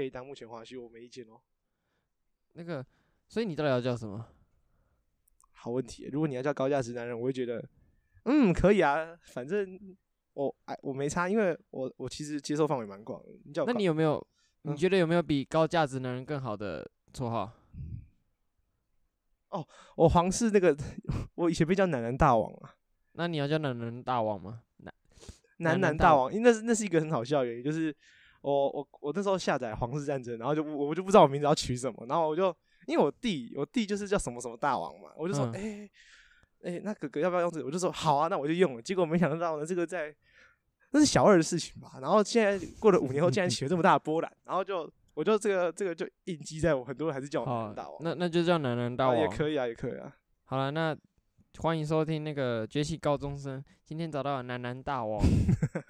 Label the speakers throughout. Speaker 1: 可以当幕前花絮，我没意见哦。
Speaker 2: 那个，所以你到底要叫什么？
Speaker 1: 好问题，如果你要叫高价值男人，我会觉得，嗯，可以啊，反正我哎我没差，因为我我其实接受范围蛮广的。你叫我
Speaker 2: 那
Speaker 1: 高
Speaker 2: 你有没有？
Speaker 1: 嗯
Speaker 2: 你觉得有没有比高价值男人更好的绰号？
Speaker 1: 我皇室那个， 我以前被叫男男大王啊，
Speaker 2: 那你要叫男人大王吗？男
Speaker 1: 男
Speaker 2: 男
Speaker 1: 男
Speaker 2: 大
Speaker 1: 大王，因为那是那是一个很好笑的原因，就是我我我那时候下载皇室战争，然后就我我就不知道我名字要取什么，然后我就因为我弟我弟就是叫什么什么大王嘛，我就说
Speaker 2: 嗯
Speaker 1: 哎哎、欸那哥哥要不要用这个？我就说好啊，那我就用了。结果没想到呢，这个在那是小二的事情吧，然后现在过了五年后，竟然起了这么大的波澜，然后就我就这个这个就印记在我，很多人还是叫我哦男
Speaker 2: 好
Speaker 1: 人大王，，
Speaker 2: 那那就叫男人大
Speaker 1: 啊
Speaker 2: 王。
Speaker 1: 也可以啊，也可以啊。
Speaker 2: 好了，那欢迎收听那个崛起高中生。今天找到了男男大 王。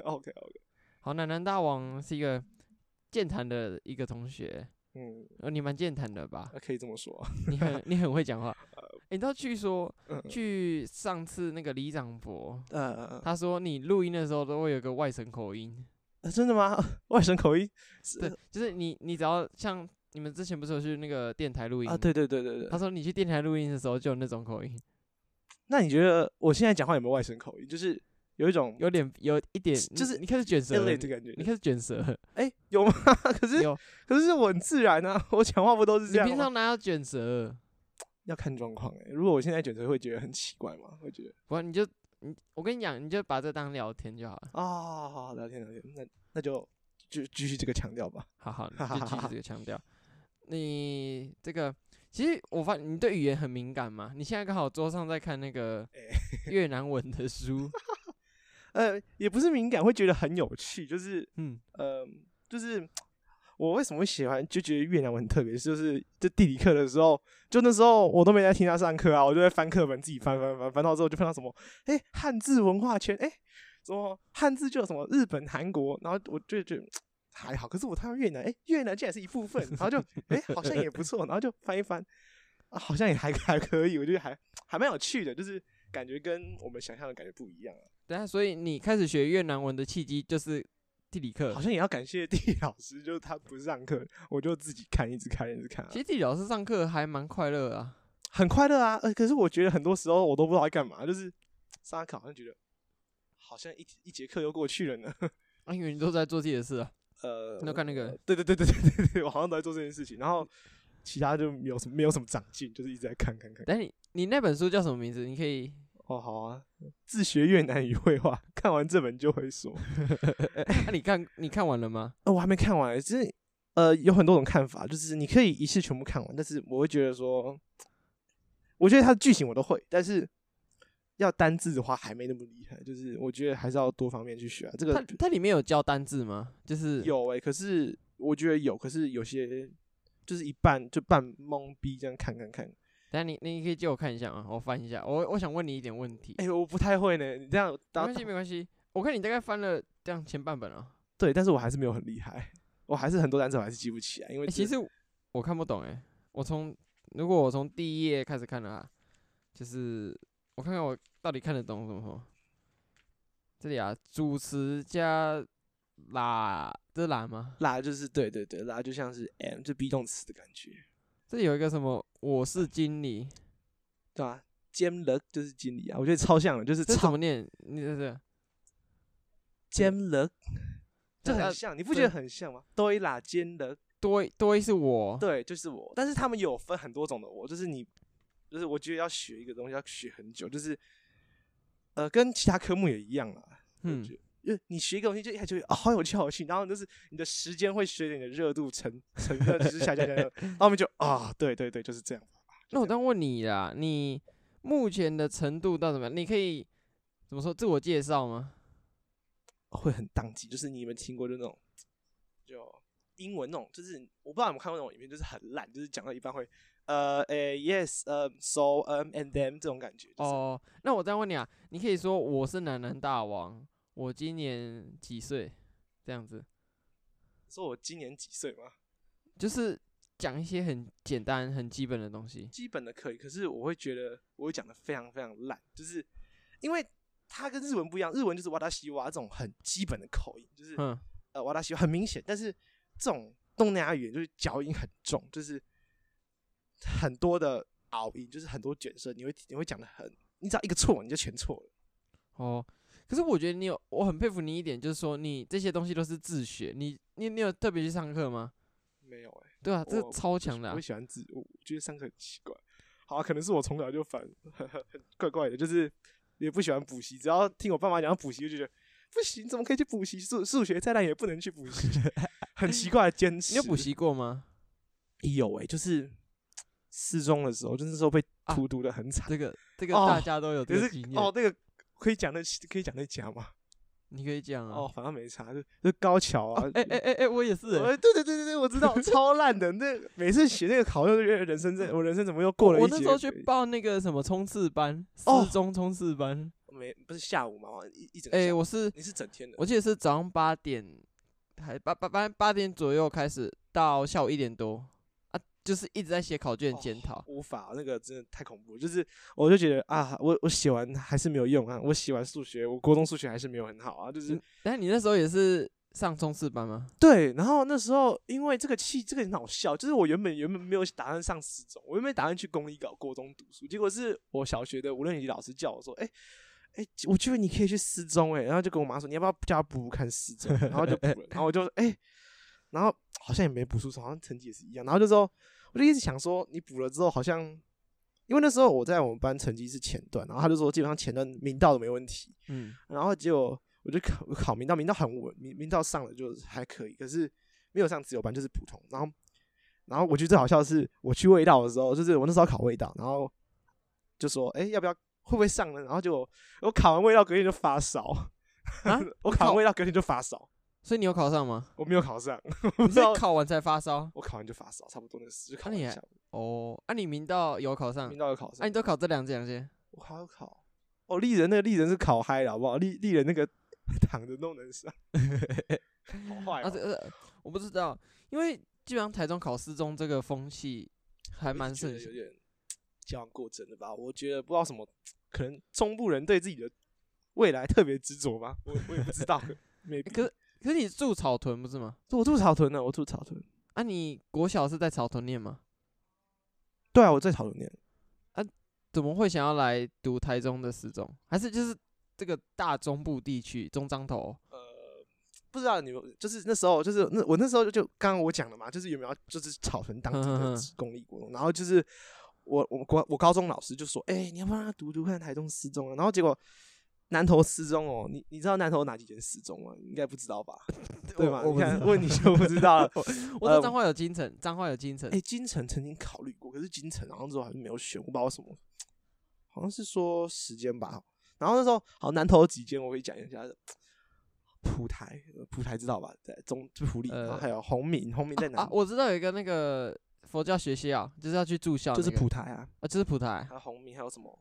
Speaker 1: OK OK，
Speaker 2: 好，男男大王是一个健谈的一个同学，
Speaker 1: 嗯，
Speaker 2: 呃，你蛮健谈的吧？
Speaker 1: 那可以这么说 啊。
Speaker 2: 你很你很会讲 话。诶你知道，据说
Speaker 1: 呃嗯
Speaker 2: 据上次那个李长博，
Speaker 1: 嗯嗯嗯
Speaker 2: 他说你录音的时候都会有个外省口音，
Speaker 1: 啊，真的吗？ 外省口音是
Speaker 2: 对，就是你你只要像你们之前不是有去那个电台录音
Speaker 1: 啊，对对对对对。
Speaker 2: 他说你去电台录音的时候就有那种口音，
Speaker 1: 那你觉得我现在讲话有没有外省口音？就是有一种
Speaker 2: 有点有一点，
Speaker 1: 就是
Speaker 2: 你你开始卷舌了，
Speaker 1: LA 的
Speaker 2: 你
Speaker 1: 感觉
Speaker 2: 你。开始卷舌了，
Speaker 1: 哎，有吗？ 可是
Speaker 2: 有，
Speaker 1: 可是我很自然啊，我讲话不都是
Speaker 2: 你
Speaker 1: 这样
Speaker 2: 平
Speaker 1: 吗
Speaker 2: 常哪有卷舌？
Speaker 1: 要看状况哎。如果我现在卷舌，会觉得很奇怪吗？会觉得
Speaker 2: 不然你就你我跟你讲，你就把这当聊天就好了，
Speaker 1: 啊，好好好聊天聊天，那那就就继续这个强调吧。
Speaker 2: 好好，你就继续这个强调。你这个其实我发你对语言很敏感嘛，你现在刚好桌上在看那个
Speaker 1: 哎
Speaker 2: 越南文的书，
Speaker 1: 呃，也不是敏感，会觉得很有趣，就是
Speaker 2: 嗯，
Speaker 1: 呃，就是我为什么会喜欢，就觉得越南文很特别，就是就地理课的时候，就那时候我都没在听他上课啊，我就在翻课本，自己翻翻翻，翻到之后就看到什么，哎、汉字文化圈，哎、什么汉字就有什么日本、韩国，然后我就觉得。还好，可是我看到越南，哎、越南竟然是一部分，然后就，哎、好像也不错，然后就翻一翻，啊，好像也还还可以，我觉得还还蛮有趣的，就是感觉跟我们想象的感觉不一样啊。
Speaker 2: 等下，所以你开始学越南文的契机就是地理课
Speaker 1: 好。像也要感谢地理老师，就是他不上课，我就自己看，一直看，一直看、啊
Speaker 2: 其，实地理老师上课还蛮快乐的啊，
Speaker 1: 很快乐啊。呃，可是我觉得很多时候我都不知道在干嘛，就是上课好像觉得好像一一节课又过去了呢。
Speaker 2: 啊因为你都在做自己的事啊。
Speaker 1: 呃，
Speaker 2: 那看那个
Speaker 1: 对对对对对对对，我好像都在做这件事情，然后其他就没有什么没有什么长进，就是一直在看看看。
Speaker 2: 等下你你那本书叫什么名字？你可以
Speaker 1: 哦，好啊，自学越南语绘画，看完这本就会说。
Speaker 2: 那、啊你看你看完了吗？
Speaker 1: 呃，我还没看完，只是呃有很多种看法，就是你可以一次全部看完，但是我会觉得说，我觉得它的剧情我都会，但是要单字的话还没那么厉害，就是我觉得还是要多方面去学、啊。这
Speaker 2: 它
Speaker 1: 个
Speaker 2: 它里面有教单字吗？就是
Speaker 1: 有诶、可是我觉得有，可是有些就是一半就半懵逼这样看看看，
Speaker 2: 等下你你可以借我看一下啊，我翻一下。我我想问你一点问题。
Speaker 1: 哎、我不太会呢，你这样
Speaker 2: 没
Speaker 1: 打
Speaker 2: 关系没关系，我看你大概翻了这样前半本啊。
Speaker 1: 对，但是我还是没有很厉害，我还是很多单词我还是记不起来，因为
Speaker 2: 欸其
Speaker 1: 这
Speaker 2: 实我看不懂哎、我从如果我从第一页开始看的啊，就是我看看我到底看得懂什么。这里啊，主词加啦，这是啦吗？
Speaker 1: 啦就是对对对啦就像是 m 就 be 动词的感觉。
Speaker 2: 这里有一个什么？我是经理，
Speaker 1: 对啊，兼了就是经理啊，我觉得超像的，就是
Speaker 2: 这怎
Speaker 1: 超
Speaker 2: 么念？你这是
Speaker 1: 兼了，这
Speaker 2: 那
Speaker 1: 很像，你不觉得
Speaker 2: 对
Speaker 1: 很像吗？对啦，兼了，
Speaker 2: 多一多一是我，
Speaker 1: 对，就是我。但是他们有分很多种的我，就是你，就是我觉得要学一个东西要学很久，就是呃，跟其他科目也一样啦。嗯
Speaker 2: 嗯，，
Speaker 1: 因为你学一个东西就一开始就、哦、好有趣，好有趣，然后就是你的时间会随着你的热度沉沉热，就是下降下降， 然后我们就啊、对对对，就是这样。
Speaker 2: 那我当问你啦，你目前的程度到怎么样？你可以怎么说自我介绍吗？
Speaker 1: 会很宕机，就是你有没有听过就那种就英文那种，就是我不知道你们看过那种影片，就是很烂，就是讲到一半会呃诶、yes 呃、so 嗯、and them 这种感觉。就是、
Speaker 2: 哦，那我再问你啊，你可以说我是男男大王，我今年几岁？这样子，
Speaker 1: 说我今年几岁嘛，
Speaker 2: 就是讲一些很简单、很基本的东西。
Speaker 1: 基本的可以，可是我会觉得我会讲的非常非常烂，就是因为它跟日文不一样，日文就是哇达西哇这种很基本的口音，就是
Speaker 2: 嗯，
Speaker 1: 呃哇达西哇很明显，但是这种东南亚语言就是脚音很重，就是很多的拗音，就是很多卷舌，你会你会讲的很，你只要一个错你就全错了。
Speaker 2: 哦，可是我觉得你有，我很佩服你一点，就是说你这些东西都是自学，你你你有特别去上课吗？
Speaker 1: 没有哎、
Speaker 2: 对啊，这个
Speaker 1: 我
Speaker 2: 超强的啊、
Speaker 1: 我喜欢自，我我觉得上课很奇怪。好、啊，可能是我从小就反 很怪怪的，就是也不喜欢补习，只要听我爸妈讲到补习，就觉得不行，怎么可以去补习？数数学再烂也不能去补 习，很奇怪的坚持。
Speaker 2: 你有补习过吗？
Speaker 1: 有哎、就是四中的时候，就是那时候被
Speaker 2: 啊
Speaker 1: 荼毒的很惨。
Speaker 2: 这个这个
Speaker 1: 哦
Speaker 2: 大家都有这
Speaker 1: 可
Speaker 2: 个
Speaker 1: 是
Speaker 2: 经验，
Speaker 1: 哦，那个可以讲那可以讲那家吗？
Speaker 2: 你可以讲啊。
Speaker 1: 哦，反正没差，就就高桥啊
Speaker 2: 哦，，哎哎哎哎，我也是、欸，
Speaker 1: 我对对对对对，我知道， 超烂的。那每次写那个考卷，就觉得人生这我人生怎么又过了一
Speaker 2: 我那
Speaker 1: 节
Speaker 2: 时候去报那个什么冲刺班，
Speaker 1: 哦
Speaker 2: 四中冲刺班。
Speaker 1: 没不是下午嘛，一一整
Speaker 2: 哎、
Speaker 1: 下午
Speaker 2: 我是
Speaker 1: 你是整天的
Speaker 2: 我记得是早上八点，还八八八八点左右开始，到下午一点多啊，就是一直在写考卷
Speaker 1: 哦
Speaker 2: 检讨。
Speaker 1: 无法，那个真的太恐怖了。就是我就觉得啊，我我写完还是没有用啊，我写完数学，我国中数学还是没有很好啊，就是、
Speaker 2: 嗯但你那时候也是上冲刺班吗？
Speaker 1: 对。然后那时候因为这个气，这个很好笑，就是我原本原本没有打算上四中，我原本打算去公立搞国中读书，结果是我小学的五六年级老师叫我说，哎、哎、我觉得你可以去四中哎、然后就跟我妈说你要不要叫她补补看四中，然后就补了，然后我就哎、然后好像也没补出什么，好像成绩也是一样，然后就说我就一直想说你补了之后好像，因为那时候我在我们班成绩是前段，然后他就说基本上前段明道都没问题，
Speaker 2: 嗯，
Speaker 1: 然后结果我就考我考明道，明道很稳，明明道上了就还可以，可是没有上自由班就是普通。然后，然后我觉得最好笑的是，我去味道的时候，就是我那时候考味道，然后就说，哎、要不要会不会上呢？然后就我考完味道隔天就发烧，
Speaker 2: 啊
Speaker 1: 我考完
Speaker 2: 靠
Speaker 1: 味道隔天就发烧，
Speaker 2: 所以你有考上吗？
Speaker 1: 我没有考上，
Speaker 2: 你
Speaker 1: 我不知
Speaker 2: 是
Speaker 1: 道哦
Speaker 2: 考完才发烧？
Speaker 1: 我考完就发烧，差不多那个时就
Speaker 2: 啊
Speaker 1: 考
Speaker 2: 你
Speaker 1: 完
Speaker 2: 还
Speaker 1: 下午，
Speaker 2: 哦，啊，你明道有考上
Speaker 1: 明，道有考
Speaker 2: 啊，
Speaker 1: 上
Speaker 2: 你，都考这两届两届。
Speaker 1: 我还要考。哦，丽人那个丽人是考嗨了，好不好？丽丽人那个 躺着都能 上，好坏、哦。
Speaker 2: 啊，这呃，我不知道，因为基本上台中考四中这个风气还
Speaker 1: 我一
Speaker 2: 蛮
Speaker 1: 直觉
Speaker 2: 盛
Speaker 1: 得有
Speaker 2: 行。
Speaker 1: 点矫枉过正了吧？我觉得不知道什么，可能中部人对自己的未来特别执着吧，我我也不知道。 没，
Speaker 2: 可是可是你住草屯不是吗？
Speaker 1: 我住草屯呢，我住草屯。
Speaker 2: 啊，你国小是在草屯念吗？
Speaker 1: 对啊，我在草屯念。
Speaker 2: 怎么会想要来读台中的四中？还是就是这个大中部地区中彰头？
Speaker 1: 呃，不知道你们就是那时候，就是那我那时候就就刚刚我讲了嘛，就是有没有就是草屯当地
Speaker 2: 嗯嗯
Speaker 1: 的
Speaker 2: 嗯
Speaker 1: 职公立国中，然后就是我我国我高中老师就说，哎、你要不要让他读读看台中四中啊？然后结果。南投四中哦，你你知道南投哪几间四中吗？你应该不知道吧？对
Speaker 2: 我
Speaker 1: 吧？你
Speaker 2: 我不知
Speaker 1: 看
Speaker 2: 道
Speaker 1: 问你就不知道了。
Speaker 2: 我
Speaker 1: 呃
Speaker 2: 说彰化有金城，彰化有金城
Speaker 1: 哎、。金城曾经考虑过，可是金城好像之后还是没有选，我不知道为什么，好像是说时间吧。然后那时候好南投有几间我会讲一下，蒲台，呃蒲台知道吧？在中就普里，
Speaker 2: 呃
Speaker 1: 然后还有红明，红明在哪
Speaker 2: 啊，？我知道有一个那个佛教学校，就是要去住校、那
Speaker 1: 就是
Speaker 2: 个
Speaker 1: 蒲台啊，
Speaker 2: 啊，就是普台
Speaker 1: 还有红明，还有什么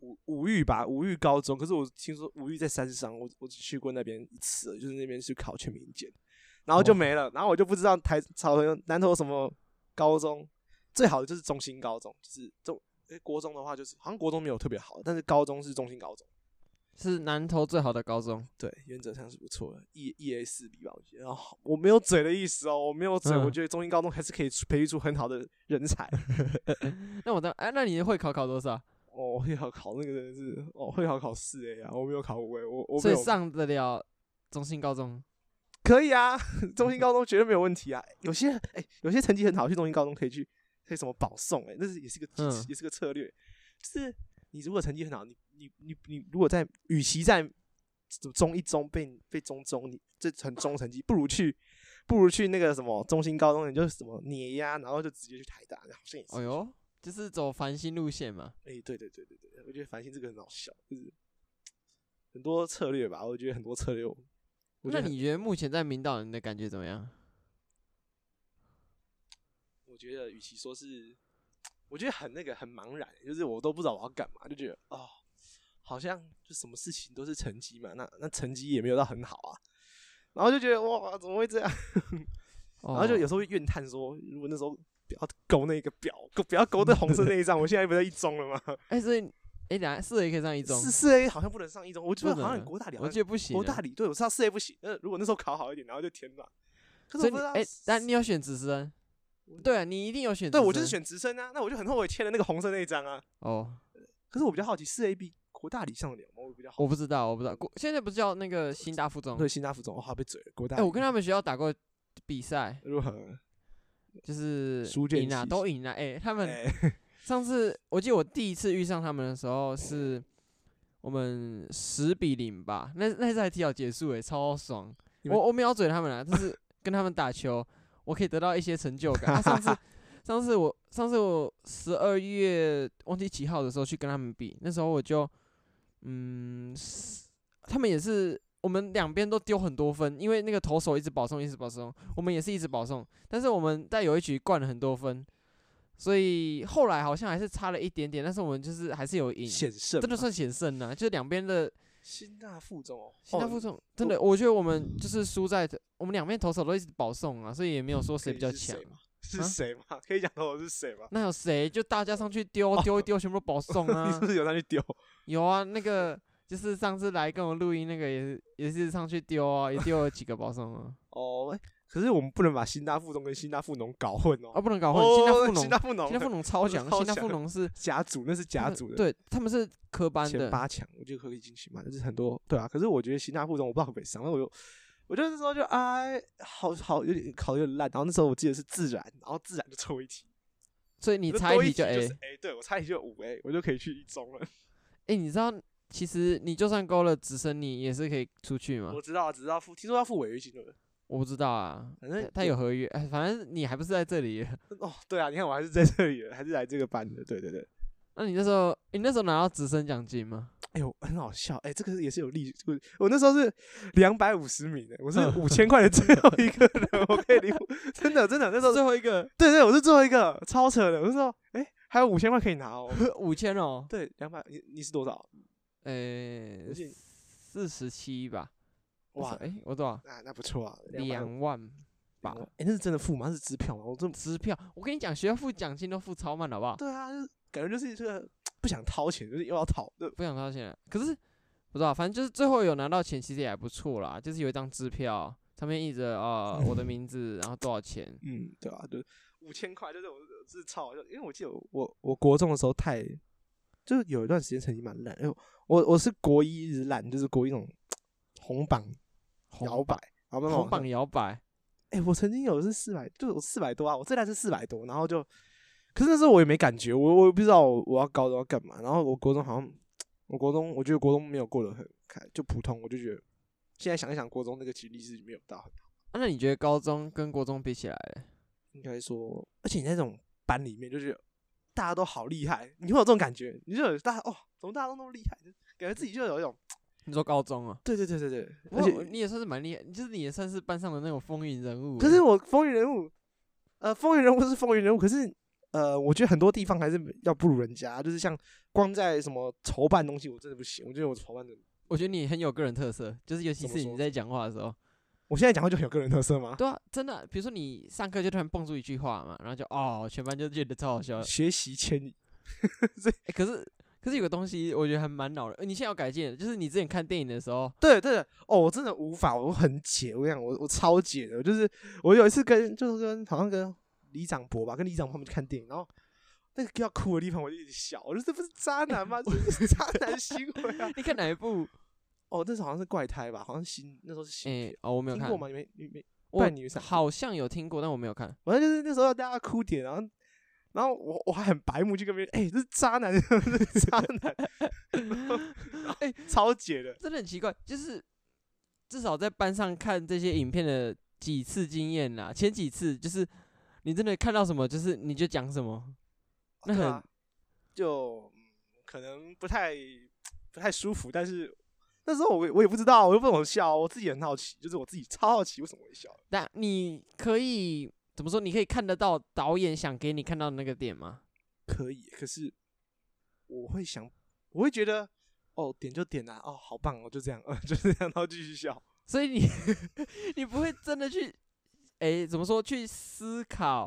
Speaker 1: 五五育吧？五育高中，可是我听说五育在山上，我我只去过那边一次，就是那边去考全民检，然后就
Speaker 2: 哦
Speaker 1: 没了。然后我就不知道台草屯南投有什么高中，最好的就是中心高中，就是中。诶国中的话，就是好像国中没有特别好，但是高中是中心高中，
Speaker 2: 是南投最好的高中。
Speaker 1: 对，原则上是不错的，E E A 四 B 吧，我觉得。然后我没有嘴的意思哦，我没有嘴，
Speaker 2: 嗯
Speaker 1: 我觉得中心高中还是可以出培育出很好的人才。
Speaker 2: 那我当哎、那你会考考多少？
Speaker 1: 哦，会考考那个真的是，哦，会考考四 A 啊，我没有考五 A，我我没
Speaker 2: 所以
Speaker 1: 有
Speaker 2: 上得了中心高中。
Speaker 1: 可以啊，中心高中绝对没有问题啊。有些哎、有些成绩很好，去中心高中可以去可以什么保送、哎，那是也是个技
Speaker 2: 嗯
Speaker 1: 巧也是个策略。就是你如果成绩很好，你你你你如果在与其在中一中被被中中，你这很中成绩，不如去不如去那个什么中心高中，你就什么碾压，然后就直接去台大，好像也是。
Speaker 2: 哎
Speaker 1: 哎、
Speaker 2: 呦，就是走繁星路线嘛。
Speaker 1: 对对对对对，我觉得繁星这个很好笑，就是很多策略吧，我觉得很多策略我。我觉
Speaker 2: 那
Speaker 1: 得很
Speaker 2: 你觉得目前在明道你的感觉怎么样？
Speaker 1: 我觉得与其说是，我觉得很那个很茫然，欸就是我都不知道我要干嘛，就觉得哦，好像就什么事情都是成绩嘛，那那成绩也没有到很好啊，然后就觉得哇怎么会这样，
Speaker 2: 然
Speaker 1: 然
Speaker 2: 哦
Speaker 1: 后就有时候会怨叹说，如果那时候不要勾那个表，勾不要勾那红色那一张，我现在不在一中了吗？
Speaker 2: 哎、所以哎，两、欸、四 A 可以上 一中，
Speaker 1: 四四 A 好像不能上一中，我觉
Speaker 2: 不
Speaker 1: 得好
Speaker 2: 能啊
Speaker 1: 像国大理好
Speaker 2: 我
Speaker 1: 像
Speaker 2: 觉得不行、
Speaker 1: 哦国大
Speaker 2: 啊。
Speaker 1: 呃理对我知道四 A 不行，那如果那时候考好一点，然后就填满。可是
Speaker 2: 所
Speaker 1: 我
Speaker 2: 以
Speaker 1: 不
Speaker 2: 你
Speaker 1: 知道，
Speaker 2: 哎，但你有选直升，对啊，你一定有选直
Speaker 1: 对
Speaker 2: 升。
Speaker 1: 我就是选直升啊，那我就很后悔签了那个红色那一张啊。
Speaker 2: 哦，
Speaker 1: 可是我比较好奇四 A B 国大理上的吗？我比较好
Speaker 2: 我不知道，我不知道，国现在不是叫那个新大附中？
Speaker 1: 对新大附中，我、哦、好被嘴了。国大
Speaker 2: 哎、
Speaker 1: 理，
Speaker 2: 我跟他们学校打过比赛，
Speaker 1: 如 何？
Speaker 2: 就是
Speaker 1: 输见
Speaker 2: 赢啊，
Speaker 1: 其
Speaker 2: 都赢啊。哎、他们
Speaker 1: 哎、
Speaker 2: 上次我记得我第一次遇上他们的时候是我们十比零吧，那那次还提早结束、哎，超爽。
Speaker 1: 你们
Speaker 2: 我我没有嘴他们啊，就是跟他们打球，我可以得到一些成就感。啊、上次上次我上次我十二月忘记几号的时候去跟他们比，那时候我就嗯，是他们也是我们两边都丢很多分，因为那个投手一直保送，一直保送，我们也是一直保送，但是我们在有一局灌了很多分，所以后来好像还是差了一点点，但是我们就是还是有赢，
Speaker 1: 险胜
Speaker 2: 真的
Speaker 1: 嘛
Speaker 2: 算险胜呐、啊就是两边的
Speaker 1: 新大附中哦，
Speaker 2: 新大
Speaker 1: 哦
Speaker 2: 附中真的，我觉得我们就是输在我们两边投手都一直保送啊，所以也没有说谁比较强
Speaker 1: 可以是谁。吗是
Speaker 2: 啊
Speaker 1: 谁吗？可以讲到我是谁吗？
Speaker 2: 那有谁就大家上去丢
Speaker 1: 哦
Speaker 2: 丢一丢，全部都保送
Speaker 1: 你是
Speaker 2: 啊
Speaker 1: 不！是有上去丢？
Speaker 2: 有啊，那个就是上次来跟我录音那个也是也是上去丢啊，也丢了几个保送啊。
Speaker 1: 哦，哎可是我们不能把新大附中跟新大附农搞混哦。
Speaker 2: 啊，不能搞混，新大
Speaker 1: 哦，
Speaker 2: 附农，
Speaker 1: 新大附农，
Speaker 2: 新大附农超强，
Speaker 1: 超
Speaker 2: 新大
Speaker 1: 强
Speaker 2: 附农是
Speaker 1: 甲组那是
Speaker 2: 他
Speaker 1: 甲
Speaker 2: 们
Speaker 1: 组的，
Speaker 2: 对，他们是科班
Speaker 1: 前
Speaker 2: 的，
Speaker 1: 八强，我觉得可以进去嘛，就是很多对啊。可是我觉得新大附中我不知道可不可以上，那我就我就那时候就哎，好好有点考得有点烂。然后那时候我记得是自然，然后自然就错一题，
Speaker 2: 所以你
Speaker 1: 我
Speaker 2: 猜
Speaker 1: 多
Speaker 2: 题
Speaker 1: 就
Speaker 2: 就 A
Speaker 1: 是。A，对我猜一题就五 A，我就可以去一中了。
Speaker 2: 哎，你知道其实你就算勾了直升，你也是可以出去吗
Speaker 1: 我？知道，只知道付，听说要付违约金对不对
Speaker 2: 我不知道啊，
Speaker 1: 反正
Speaker 2: 他他有合约，哎，反正你还不是在这里。
Speaker 1: 哦，对啊，你看我还是在这里的，还是来这个班的，对对对。
Speaker 2: 那你那时候，你那时候拿到直升奖金吗？
Speaker 1: 哎呦，很好笑！哎、这个也是有历，我我那时候是两百五十米的，我是
Speaker 2: 嗯
Speaker 1: 五千块的最后一个人，我可以领， 真的真的，那时候
Speaker 2: 最后一个
Speaker 1: 对对，我是最后一个，超扯的。我就说，哎、还有五千块可以拿 哦。
Speaker 2: 五千哦，
Speaker 1: 对，两百，你你是多少？
Speaker 2: 呃
Speaker 1: 我记得，
Speaker 2: 四十七吧。
Speaker 1: 哇，
Speaker 2: 哎，我多少？
Speaker 1: 那、那不错啊，两
Speaker 2: 两万
Speaker 1: 百
Speaker 2: 吧
Speaker 1: 五。。哎、那是真的付吗？那是支票吗？我这
Speaker 2: 支票，我跟你讲，学校付奖金都付超慢的，好不好？
Speaker 1: 对啊，就是感觉就是这个不想掏钱，就是又要掏。对
Speaker 2: 不想掏钱啊，可是不知道，反正就是最后有拿到钱，其实也还不错啦。就是有一张支票，上面印着呃我的名字，然后多少钱。
Speaker 1: 嗯，对啊，对，五千块，就是我是超好笑，因为我记得我我我国中的时候太，就是有一段时间成绩蛮烂，因为我我是国一一直烂，就是国一那种红榜摇
Speaker 2: 红
Speaker 1: 摆，然后慢慢
Speaker 2: 红
Speaker 1: 往上
Speaker 2: 榜摇摆，
Speaker 1: 哎、我曾经有是四百，就有四百多啊，我这台是四百多，然后就，可是那时候我也没感觉，我我也不知道我我要高中要干嘛。然后我国中好像，我国中我觉得国中没有过得很开，就普通，我就觉得现在想一想，国中那个经历是没有到很好，
Speaker 2: 啊那你觉得高中跟国中比起来嘞，
Speaker 1: 应该说，而且你在这种班里面就觉得大家都好厉害，你会有这种感觉，你就有大家哦，怎么大家都那么厉害，就感觉自己就有一种，
Speaker 2: 你说高中啊？
Speaker 1: 对对对对对，而
Speaker 2: 而且
Speaker 1: 且
Speaker 2: 你也算是蛮厉害，就是你也算是班上的那种风云 人物欸。
Speaker 1: 可是我风云人物，呃，风云人物是风云人物，可是呃，我觉得很多地方还是要不如人家，就是像光在什么筹办东西，我真的不行，我觉得我筹办的，
Speaker 2: 我觉得你很有个人特色，就是尤其
Speaker 1: 怎么
Speaker 2: 是
Speaker 1: 说
Speaker 2: 你在讲话的时候，
Speaker 1: 我现在讲话就很有个人特色吗？
Speaker 2: 对啊，真的啊，比如说你上课就突然蹦出一句话嘛，然后就哦，全班就觉得超好笑的。
Speaker 1: 学习迁移，
Speaker 2: 欸可是可是有个东西我觉得还蛮恼人，呃你现在要改进的，就是你之前看电影的时候，
Speaker 1: 对对对，哦，我真的无法，我很解，我跟你讲，我我超解的，就是我有一次跟就是跟好像跟李长博吧，跟李长博他们去看电影，然后。那个要哭的地方，我就一直笑。我说这不是渣男吗？这是渣男行为 啊！
Speaker 2: 你看哪一部？
Speaker 1: 哦，那时候好像是怪胎吧，好像新那时候是新
Speaker 2: 哎、
Speaker 1: 片，
Speaker 2: 哦，我没有
Speaker 1: 听
Speaker 2: 看
Speaker 1: 过，吗？你没你没
Speaker 2: 我
Speaker 1: 伴侣上
Speaker 2: 好像有听过，但我没有看。
Speaker 1: 反正就是那时候大家哭点，然后然后我我还很白目去跟别人，哎、这是渣男，这是渣男， 哎、超解的，
Speaker 2: 真的很奇怪，就是至少在班上看这些影片的几次经验啦，前几次就是你真的看到什么，就是你就讲什么，那
Speaker 1: 对
Speaker 2: 很
Speaker 1: 啊，就、嗯可能不太不太舒服，但是。那时候我也我也不知道，我又不懂笑，我自己很好奇，就是我自己超好奇为什么会笑。
Speaker 2: 但你可以怎么说？你可以看得到导演想给你看到的那个点吗？
Speaker 1: 可以，可是我会想，我会觉得哦点就点啦、哦好棒哦就这样， 呃就这样，然后继续笑。
Speaker 2: 所以你 你不会真的去，诶、怎么说？去思考，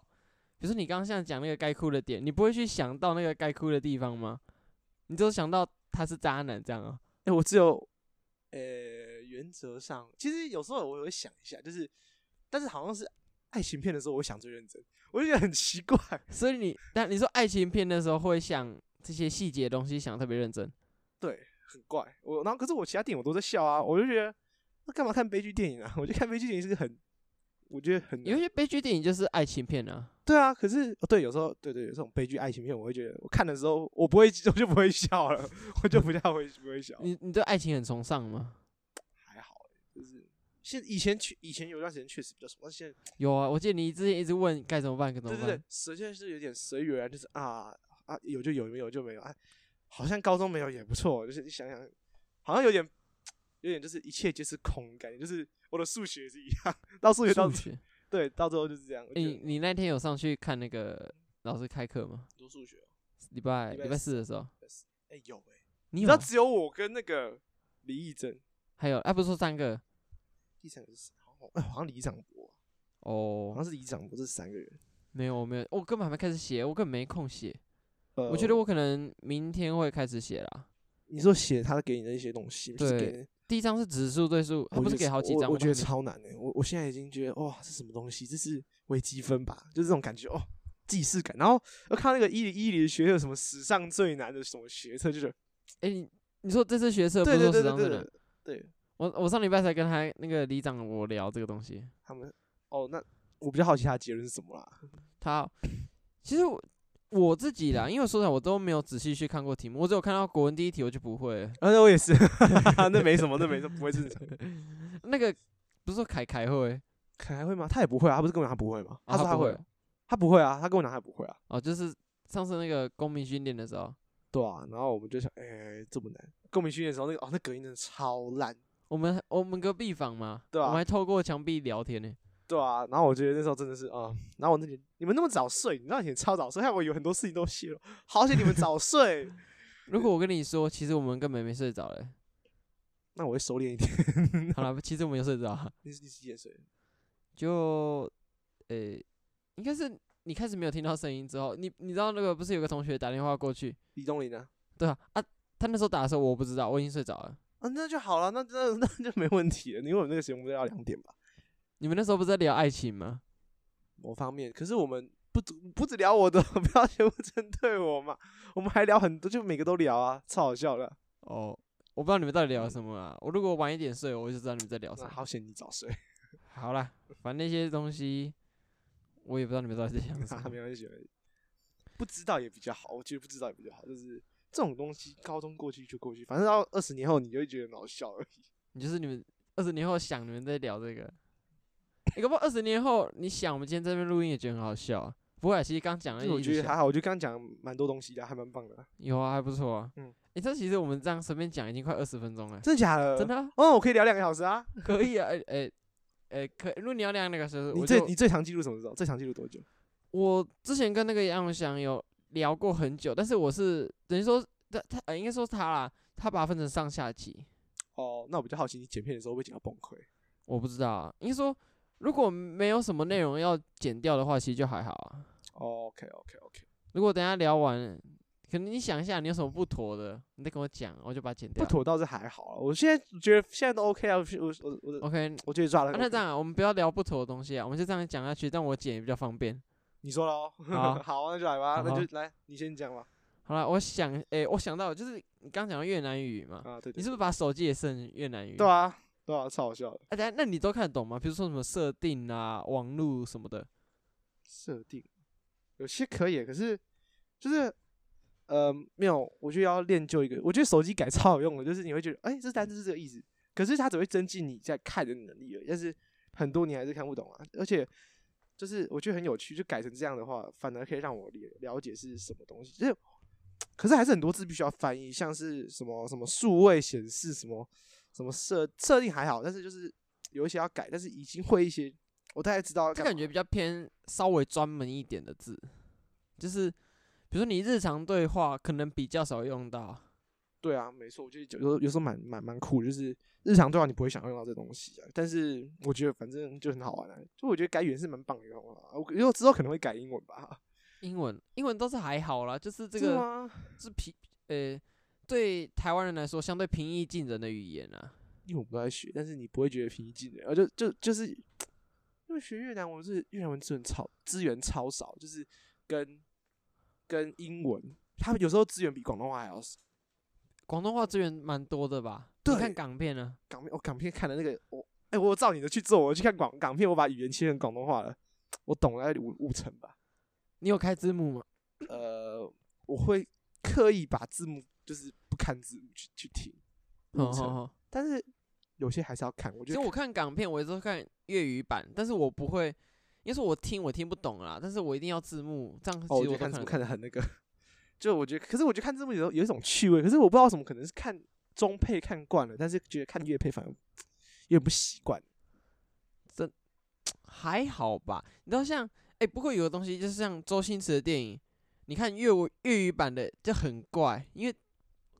Speaker 2: 比如说你刚刚像讲那个该哭的点，你不会去想到那个该哭的地方吗？你就想到他是渣男这样啊？
Speaker 1: 哎、我只有，呃，原则上，其实有时候我会想一下，就是但是好像是爱情片的时候，我想最认真，我就觉得很奇怪。
Speaker 2: 所以你，但你说爱情片的时候会想这些细节的东西，想得特别认真。
Speaker 1: 对，很怪。我然后可是我其他电影我都在笑啊，我就觉得那干嘛看悲剧电影啊？ 我觉得看悲剧电影是很，我觉得很
Speaker 2: 有一些悲剧电影就是爱情片啊，
Speaker 1: 对啊。可是哦对，有时候对对，有这种悲剧爱情片，我会觉得我看的时候我不会， 我就不会笑了， 我就不太会不会笑。
Speaker 2: 你你对爱情很崇尚吗？
Speaker 1: 还好欸、就是现以前确以前有段时间确实比较熟，但现在
Speaker 2: 有啊，我记得你之前一直问该怎么办，该怎
Speaker 1: 对
Speaker 2: 么
Speaker 1: 对
Speaker 2: 办
Speaker 1: 对，。实现在是有点随缘，就是啊啊有就有，没有就没有，啊，好像高中没有也不错，就是你想想，好像有点有点就是一切皆是空的感觉，就是我的数学也是一样，到数学到
Speaker 2: 数学，
Speaker 1: 对到最后就是这样，我觉
Speaker 2: 你
Speaker 1: 得
Speaker 2: 你那天有上去看那个老师开课吗？
Speaker 1: 读数学哦，
Speaker 2: 礼拜
Speaker 1: 礼拜
Speaker 2: 礼拜四的时候，
Speaker 1: 哎有哎，你
Speaker 2: 你有
Speaker 1: 知道只有我跟那个李义珍，
Speaker 2: 还有，哎、不是说三个
Speaker 1: 第三个是谁？好像哎好像李长博，好
Speaker 2: 哦
Speaker 1: 像，是李长博，这三个人，
Speaker 2: 没有没有，我根本还没开始写，我根本没空写。
Speaker 1: 呃
Speaker 2: 我觉得我可能明天会开始写啦。
Speaker 1: 你说写他给你的一些东西，就是
Speaker 2: 对
Speaker 1: 给
Speaker 2: 第一张是指数对数，他
Speaker 1: 我
Speaker 2: 不
Speaker 1: 觉
Speaker 2: 是
Speaker 1: 得
Speaker 2: 给好几
Speaker 1: 我
Speaker 2: 张吗？
Speaker 1: 我觉得
Speaker 2: 还没
Speaker 1: 超难的、我我现在已经觉得哇，这什么东西？这是微积分吧？就这种感觉哦，既视感。然后我看到那个伊犁伊犁的学测什么史上最难的什么学测，就是
Speaker 2: 哎、你你说这次学呃测不
Speaker 1: 对对
Speaker 2: 是说
Speaker 1: 对对
Speaker 2: 十张
Speaker 1: 对
Speaker 2: 真
Speaker 1: 对
Speaker 2: 的？
Speaker 1: 对，
Speaker 2: 我我上礼拜才跟他那个李长我聊这个东西，
Speaker 1: 他们哦，那我比较好奇他的结论是什么啦？
Speaker 2: 他其实我我自己啦，因为说实话我都没有仔细去看过题目，我只有看到国文第一题我就不会了
Speaker 1: 啊，那我也 是，那没什么，那没什么，不会正常。
Speaker 2: 那个不是说凯凯会，
Speaker 1: 凯还会吗？他也不会啊，他不是跟我讲他不会吗？
Speaker 2: 啊
Speaker 1: 说他
Speaker 2: 不
Speaker 1: 会，他不会啊，他跟我讲他不会啊，
Speaker 2: 哦，就是上次那个公民训练的时候，
Speaker 1: 对啊。然后我们就想，哎、这么难。共鸣训练的时候，那个哦，那隔音真的超烂，
Speaker 2: 我们我们隔壁房嘛，
Speaker 1: 对啊
Speaker 2: 我们还透过墙壁聊天呢、
Speaker 1: 对啊，然后我觉得那时候真的是啊、然后我那个你们那么早睡，你知道以前超早睡，害我有很多事情都泄露，好险你们早睡，
Speaker 2: 如果我跟你说，其实我们根本没睡着嘞。
Speaker 1: 那我会收敛一点。
Speaker 2: 好了，其实我们有睡着啊，
Speaker 1: 你是你是几点睡？
Speaker 2: 就呃、应该是你开始没有听到声音之后，你你知道那个不是有个同学打电话过去，
Speaker 1: 李东林啊？
Speaker 2: 对啊啊，他那时候打的时候我不知道，我已经睡着了。
Speaker 1: 啊，那就好了，那那那就没问题了。因为我们那个节目都要两点吧，
Speaker 2: 你们那时候不是在聊爱情吗？
Speaker 1: 某方面。可是我们不止不止聊我的， 不要全部针对我嘛，我们还聊很多，就每个都聊啊，超好笑的。
Speaker 2: 哦，我不知道你们到底聊了什么啊。我如果晚一点睡，我就知道你们在聊什
Speaker 1: 那
Speaker 2: 么。
Speaker 1: 好险你早睡，
Speaker 2: 好啦，反正那些东西我也不知道你们到底在想 什
Speaker 1: 啊
Speaker 2: 么。
Speaker 1: 没关系，没关系不知道也比较好，我觉得不知道也比较好，就是。这种东西，高中过去就过去，反正到二十年后，你就会觉得很好笑而已。
Speaker 2: 你就是你们二十年后想你们在聊这个，你搞不好二十年后你想我们今天这边录音也觉得很好笑啊。不会啊，其实刚讲的
Speaker 1: 这个我
Speaker 2: 一直
Speaker 1: 觉得
Speaker 2: 想
Speaker 1: 还好，我就刚刚讲蛮多东西的，还蛮棒的啊。
Speaker 2: 有啊，还不错啊。
Speaker 1: 嗯
Speaker 2: 嗯，诶，这其实我们这样随便讲已经快二十分钟了，
Speaker 1: 真的假的？
Speaker 2: 真。的啊、
Speaker 1: 哦，我可以聊两个小时啊。
Speaker 2: 可以啊。诶诶诶，可如果你要量那个时候，
Speaker 1: 你
Speaker 2: 我
Speaker 1: 最
Speaker 2: 就
Speaker 1: 你最长记录什么时候？最长记录多久？
Speaker 2: 我之前跟那个杨永祥有聊过很久，但是我是等于说他他、呃、应该说是他啦，他把它分成上下集，
Speaker 1: 哦，那我比较好奇，你剪片的时候会不会剪到崩溃？
Speaker 2: 我不知道、啊，应该说如果没有什么内容要剪掉的话，其实就还好啊。
Speaker 1: 哦，OK OK OK，
Speaker 2: 如果等一下聊完，可能你想一下你有什么不妥的，你再跟我讲，我就把它剪掉。
Speaker 1: 不。妥倒是还好啊，我现在觉得现在都 OK 啊，我我我我的
Speaker 2: OK，、
Speaker 1: 我觉得抓了
Speaker 2: 啊、
Speaker 1: 很 OK。
Speaker 2: 那这样啊、我们不要聊不妥的东西啊，我们就这样讲下去，但我剪也比较方便。
Speaker 1: 你说喽，
Speaker 2: 好
Speaker 1: 好，啊那就来吧，
Speaker 2: 啊好啊
Speaker 1: 那就来，你先讲吧。
Speaker 2: 好了，我想，诶、我想到就是你刚讲到越南语嘛，
Speaker 1: 啊，对
Speaker 2: 你
Speaker 1: 对，
Speaker 2: 是不是把手机也设成越南语？
Speaker 1: 对啊，对啊，超好笑的。
Speaker 2: 啊，等下那你都看得懂吗？比如说什么设定啊、网络什么的。
Speaker 1: 设定，有些可以，可是就是呃没有，我觉得要练就一个，我觉得手机改超有用的，就是你会觉得哎、这单词是这个意思，可是它只会增进你在看的能力而已，但是很多你还是看不懂啊，而且就是我觉得很有趣，就改成这样的话，反而可以让我了了解是什么东西，就是。可是还是很多字必须要翻译，像是什么什么数位显示什么什么设设定还好，但是就是有一些要改，但是已经会一些，我大概知道要
Speaker 2: 它
Speaker 1: 干嘛。
Speaker 2: 感觉比较偏稍微专门一点的字，就是比如说你日常对话可能比较少用到。
Speaker 1: 对啊，没错，我觉得有时候有时候蛮蛮蛮酷的，就是日常对啊话你不会想用到这东西啊，但是我觉得反正就很好玩啊，就我觉得改语言是蛮棒的一个方法啊，我因为我之后可能会改英文吧，
Speaker 2: 英文，英文倒是还好啦，就是这
Speaker 1: 真的
Speaker 2: 个
Speaker 1: 吗
Speaker 2: 是平，呃，对台湾人来说相对平易近人的语言啊。
Speaker 1: 因为我不太学，但是你不会觉得平易近人，而就就就是因因为学越南文是越南文资源超资源超少，就是跟跟英文，他们有时候资源比广东话还要少。
Speaker 2: 广东话资源蛮多的吧？你看
Speaker 1: 对
Speaker 2: 港片啊，
Speaker 1: 港片我港片看的那个我，哎、我照你的去做，我去看港港片，我把语言切成广东话了，我懂了大概五五成吧。
Speaker 2: 你有开字幕吗？
Speaker 1: 呃，我会刻意把字幕就是不看字幕去去听，
Speaker 2: 哦
Speaker 1: 成
Speaker 2: 哦哦
Speaker 1: 但是有些还是要看。我
Speaker 2: 其
Speaker 1: 觉
Speaker 2: 实
Speaker 1: 得
Speaker 2: 我看港片，我也是看粤语版，但是我不会，因为是我听我听不懂啦，但是我一定要字幕，这样
Speaker 1: 哦，
Speaker 2: 其
Speaker 1: 我
Speaker 2: 实
Speaker 1: 觉得
Speaker 2: 我都
Speaker 1: 看
Speaker 2: 看
Speaker 1: 字幕
Speaker 2: 得
Speaker 1: 看
Speaker 2: 懂。
Speaker 1: 的很那个， 就我觉得，可是我觉得看字幕有有一种趣味，可是我不知道为什么，可能是看中配看惯了，但是觉得看粤配反而有点不习惯。
Speaker 2: 还好吧。你知道像哎、不过有的东西就是像周星驰的电影，你看粤文粤语版的就很怪，因为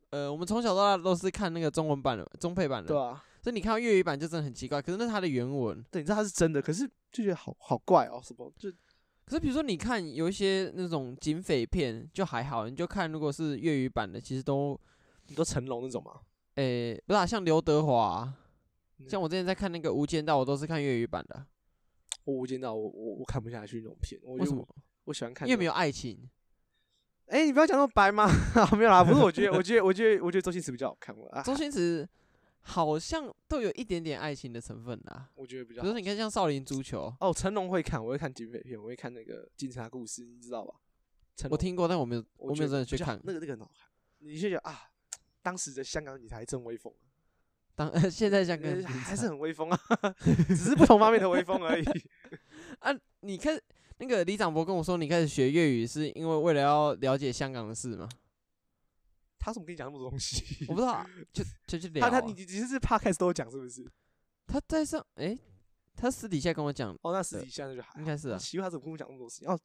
Speaker 2: 呃，我们从小到大都是看那个中文版的中配版的，
Speaker 1: 对啊，
Speaker 2: 所以你看到粤语版就真的很奇怪。可是那是它的原文。
Speaker 1: 对，你知道它是真的，可是就觉得好好怪哦，什么就
Speaker 2: 可是比如说你看有一些那种警匪片就还好，你就看如果是粤语版的，其实都
Speaker 1: 你说成龙那种嘛，
Speaker 2: 诶、不是、啊、像刘德华啊、
Speaker 1: 嗯
Speaker 2: 像我之前在看那个《无间道》，我都是看粤语版的啊。
Speaker 1: 我无间道，我我我看不下去那种片，我
Speaker 2: 为
Speaker 1: 就
Speaker 2: 什么？
Speaker 1: 我喜欢看
Speaker 2: 因为
Speaker 1: 那
Speaker 2: 没
Speaker 1: 种。
Speaker 2: 有爱情。
Speaker 1: 哎、你不要讲那么白吗？ 没有啦，不是，我觉得，我觉得，我觉得，我觉得周星驰比较好看，我啊，
Speaker 2: 周星驰好像都有一点点爱情的成分啦。
Speaker 1: 我觉得比较
Speaker 2: 比
Speaker 1: 好
Speaker 2: 如说，你看像《少林足球》，
Speaker 1: 哦，成龙会看，我会看警匪片，我会看那个警察故事，你知道吧？成龙，
Speaker 2: 我听过，但我没有，我没
Speaker 1: 觉
Speaker 2: 有
Speaker 1: 得
Speaker 2: 真的去
Speaker 1: 比较
Speaker 2: 看。
Speaker 1: 那个那个很好看，你就觉得啊，当时的香港女才真威风，啊
Speaker 2: 当 现在想
Speaker 1: 呃
Speaker 2: 跟
Speaker 1: 还是很威 风啊，只是不同方面的威风而已。
Speaker 2: 啊，你开始那个李长博跟我说，你开始学粤语是因为为了要了解香港的事吗？
Speaker 1: 他怎么跟你讲那么多东西？
Speaker 2: 我不知道啊，就就去聊
Speaker 1: 他
Speaker 2: 啊。
Speaker 1: 他你你你是 podcast 都有讲是不是？
Speaker 2: 他在上诶，他私底下跟我讲，
Speaker 1: 哦，那私
Speaker 2: 对
Speaker 1: 底下那就还
Speaker 2: 应
Speaker 1: 好。
Speaker 2: 该是啊。
Speaker 1: 奇怪，他怎么跟我讲那么多事情？哦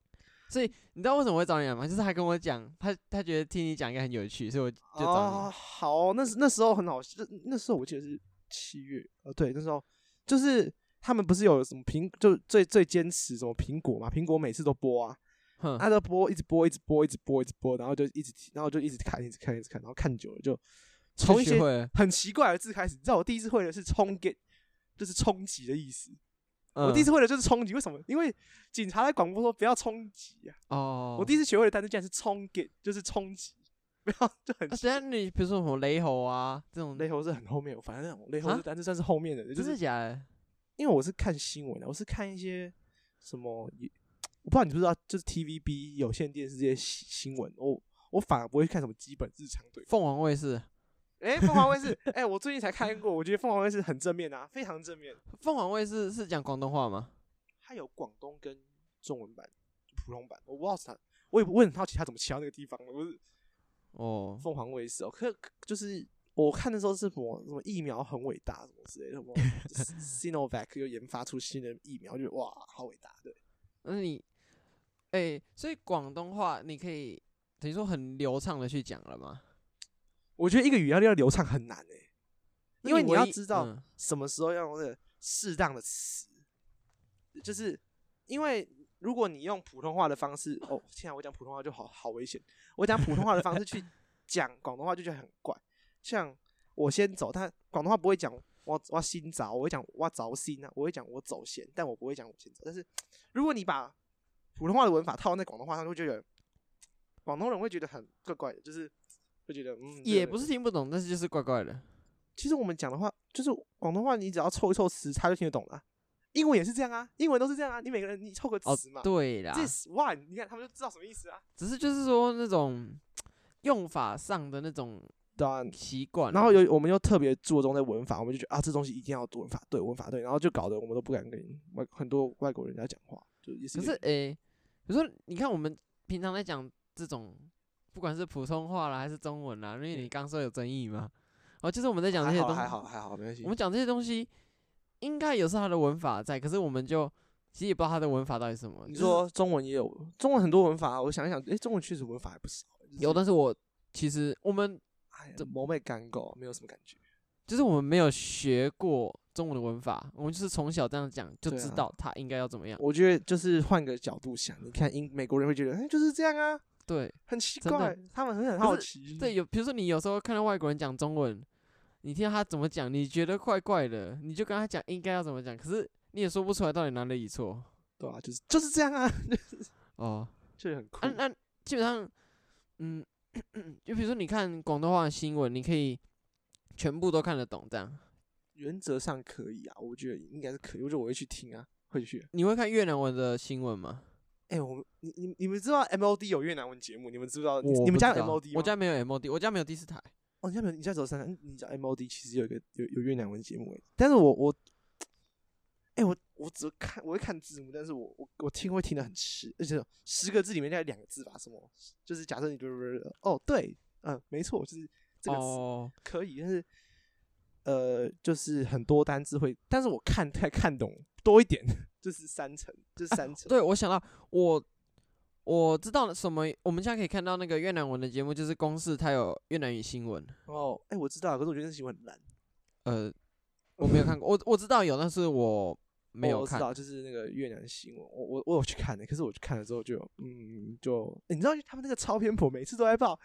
Speaker 2: 你知道为什么我会找你啊来吗？就是他跟我讲，他他觉得听你讲应该很有趣，所以我就找你。
Speaker 1: 哦，好，那时那时候很好，那那时候我记得是七月，呃，对，那时候就是他们不是有什么苹，就最最坚持什么苹果嘛，苹果每次都播啊，
Speaker 2: 哼，
Speaker 1: 他都播，一直播，一直播，一直播，一直播，然后就一直，然后就一直看，一直看，一直看，然后看久了就从一
Speaker 2: 学
Speaker 1: 些
Speaker 2: 会了，
Speaker 1: 很奇怪的字开始。你知道我第一次会的是冲 get，就是冲击的意思。我
Speaker 2: 嗯
Speaker 1: 第一次会的就是冲击，为什么？因为警察在广播说不要冲击啊。
Speaker 2: 哦，
Speaker 1: 我第一次学会的单词竟然是冲 get，就是冲击， 不要就很
Speaker 2: 啊，等下你比如说什么雷猴啊这种，
Speaker 1: 雷猴是很后面，反正雷猴
Speaker 2: 啊
Speaker 1: 这单词算是后面的，就
Speaker 2: 真的
Speaker 1: 是
Speaker 2: 假的？
Speaker 1: 因为我是看新闻的，啊我是看一些什么也，我不知道你知不知道，就是 TVB 有线电视这些新新闻，我我反而不会看什么基本日常对话。
Speaker 2: 凤凰卫视，
Speaker 1: 哎、凤凰卫视，哎、我最近才看过，我觉得凤凰卫视很正面啊，非常正面。
Speaker 2: 凤凰卫视是讲广东话吗？
Speaker 1: 它有广东跟中文版、普通版，我不知道是它，我也我很好奇它怎么骑到那个地方的，我是
Speaker 2: 哦，
Speaker 1: 凤凰卫视哦，可可就是我看的时候是什么什么疫苗很伟大什么之类的，什 么 Sinovac 又研发出新的疫苗，就哇，好伟大，对，
Speaker 2: 那你，哎、所以广东话你可以等于说很流畅的去讲了吗？
Speaker 1: 我觉得一个语言要流畅很难诶、欸
Speaker 2: 那
Speaker 1: 因为
Speaker 2: 你
Speaker 1: 你
Speaker 2: 唯
Speaker 1: 要
Speaker 2: 一
Speaker 1: 知道
Speaker 2: 嗯
Speaker 1: 什么时候要用那个适当的词，就是因为如果你用普通话的方式，哦，现在我讲普通话就好好危险，我讲普通话的方式去讲广东话就觉得很怪，像我先走，但广东话不会讲我我先走，我会讲我走先啊，我会讲我走先，但我不会讲我先走。但是如果你把普通话的文法套在广东话上，就会觉得广东人会觉得很怪怪的，就是会觉得嗯，这个
Speaker 2: 也
Speaker 1: 人
Speaker 2: 不是听不懂，但是就是怪怪的。
Speaker 1: 其实我们讲的话，就是广东话，你只要凑一凑词，他就听得懂了啊。英文也是这样啊，英文都是这样啊，你每个人你凑个
Speaker 2: 哦
Speaker 1: 词嘛、，
Speaker 2: 对啦，
Speaker 1: this one，你看他们就知道什么意思啊。
Speaker 2: 只是就是说那种用法上的那种
Speaker 1: 对啊，
Speaker 2: 习惯啊，
Speaker 1: 然后有我们又特别注重在文法，我们就觉得啊，这东西一定要读文法对，文法对，然后就搞得我们都不敢跟外很多外国人家讲话，就也是
Speaker 2: 可
Speaker 1: 一
Speaker 2: 是
Speaker 1: 个。
Speaker 2: 诶、比如说你看我们平常在讲这种，不管是普通话啦还是中文啦，因为你刚说有争议嘛，哦，就是我们在讲这
Speaker 1: 还
Speaker 2: 些
Speaker 1: 好
Speaker 2: 东西，
Speaker 1: 还好还好，没关系
Speaker 2: 我。们讲这些东西应该有是它的文法在，可是我们就其实也不知道它的文法到底是什么。
Speaker 1: 你
Speaker 2: 就是
Speaker 1: 说中文也有中文很多文法啊，我想一想，诶，中文确实文法还不少，就是
Speaker 2: 有，但是我其实我们
Speaker 1: 哎呀
Speaker 2: 这，
Speaker 1: 毛妹干够，没有什么感觉。
Speaker 2: 就是我们没有学过中文的文法，我们就是从小这样讲就
Speaker 1: 对
Speaker 2: 知
Speaker 1: 啊
Speaker 2: 道它应该要怎么样。
Speaker 1: 我觉得就是换个角度想，你看英美国人会觉得，哎、就是这样啊，
Speaker 2: 对
Speaker 1: 很奇
Speaker 2: 真的
Speaker 1: 怪，他们很很
Speaker 2: 可
Speaker 1: 好
Speaker 2: 是
Speaker 1: 奇。
Speaker 2: 对，，有比如说你有时候看到外国人讲中文，你听到他怎么讲，你觉得怪怪的，你就跟他讲应该要怎么讲，可是你也说不出来到底哪里错
Speaker 1: 对啊，就是就是这样啊，
Speaker 2: 哦。
Speaker 1: 就是很酷
Speaker 2: 啊，那基本上，嗯，就比如说你看广东话的新闻，你可以全部都看得懂，这样
Speaker 1: 原则上可以啊，我觉得应该是可以，我觉得我会去听啊，会去。
Speaker 2: 你会看越南文的新闻吗？
Speaker 1: 哎、我们你你你们知道 MOD 有越南文节目，你们知不知道？你
Speaker 2: 我
Speaker 1: 你
Speaker 2: 不
Speaker 1: 们家
Speaker 2: 知
Speaker 1: 有
Speaker 2: 道
Speaker 1: MOD 吗？
Speaker 2: 我家没有 MOD，我家没有第四台。
Speaker 1: 哦，你家没有，你家只有三台。你讲 MOD 其实有一个有有越南文节目诶，但是我我，哎、我我只看我会看字幕，但是我我我听会听得很迟，而且十个字里面大概两个字吧，什么就是假设你哦对，嗯，没错，就是这个词
Speaker 2: 哦，
Speaker 1: 可以，但是呃，就是很多单字会，但是我看太看懂多一点，就是三层，就是三层。
Speaker 2: 对，我想到我我知道了什么，我们现在可以看到那个越南文的节目，就是公视它有越南语新闻。
Speaker 1: 哦，哎、我知道，可是我觉得这新闻很烂。
Speaker 2: 呃，我没有看过，我我知道有，但是我没
Speaker 1: 哦我
Speaker 2: 有
Speaker 1: 知
Speaker 2: 看。
Speaker 1: 道，就是那个越南新闻，我我我有去看的、可是我去看了之后就，嗯，就、欸你知道他们那个超偏颇，每次都在报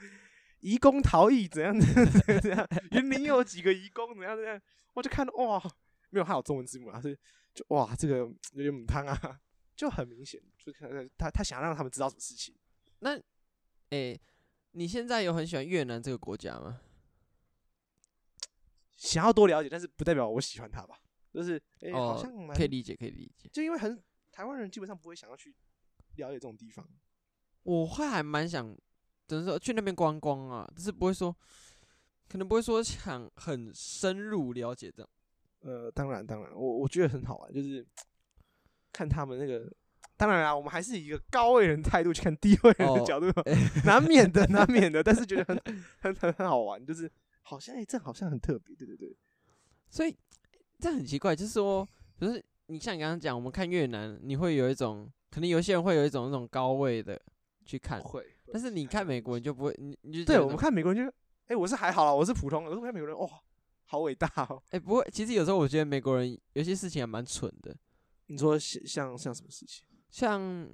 Speaker 1: 移工逃逸怎样怎样怎样，云林又有几个移工怎样怎样，我就看哇，没有还有中文字幕啊，所以就哇这个有点母汤啊，就很明显，就看他他想让他们知道什么事情，
Speaker 2: 诶、你现在有很喜欢越南这个国家吗？
Speaker 1: 想要多了解，但是不代表我喜欢他吧，就是哎、欸好
Speaker 2: 哦
Speaker 1: 像蛮
Speaker 2: 可以理解，可以理解。
Speaker 1: 就因为很台湾人基本上不会想要去了解这种地方，
Speaker 2: 我会还蛮想，只能说去那边观光啊，只是不会说，可能不会说想很深入了解这样。
Speaker 1: 呃，当然，当然，我我觉得很好玩，就是看他们那个。当然啦，我们还是以一个高位人态度去看低位人的
Speaker 2: 哦
Speaker 1: 角 度，难免的，难免的。但是觉得很 很很很好玩，就是好像哎、这好像很特别，对对对，
Speaker 2: 所以这很奇怪，就是说，就是你像你刚刚讲，我们看越南，你会有一种，可能有些人会有一种那种高位的去看，
Speaker 1: 会。
Speaker 2: 但是你看美国，你就不会，你你就觉
Speaker 1: 哦对
Speaker 2: 得
Speaker 1: 我
Speaker 2: 那
Speaker 1: 们
Speaker 2: 种
Speaker 1: 看美国人就，哎、我是还好啦，我是普通的，我是看美国人，哇、好伟大哦！
Speaker 2: 哎、不会。其实有时候我觉得美国人有些事情还蛮蠢的，
Speaker 1: 你说像像像什么事情？
Speaker 2: 像，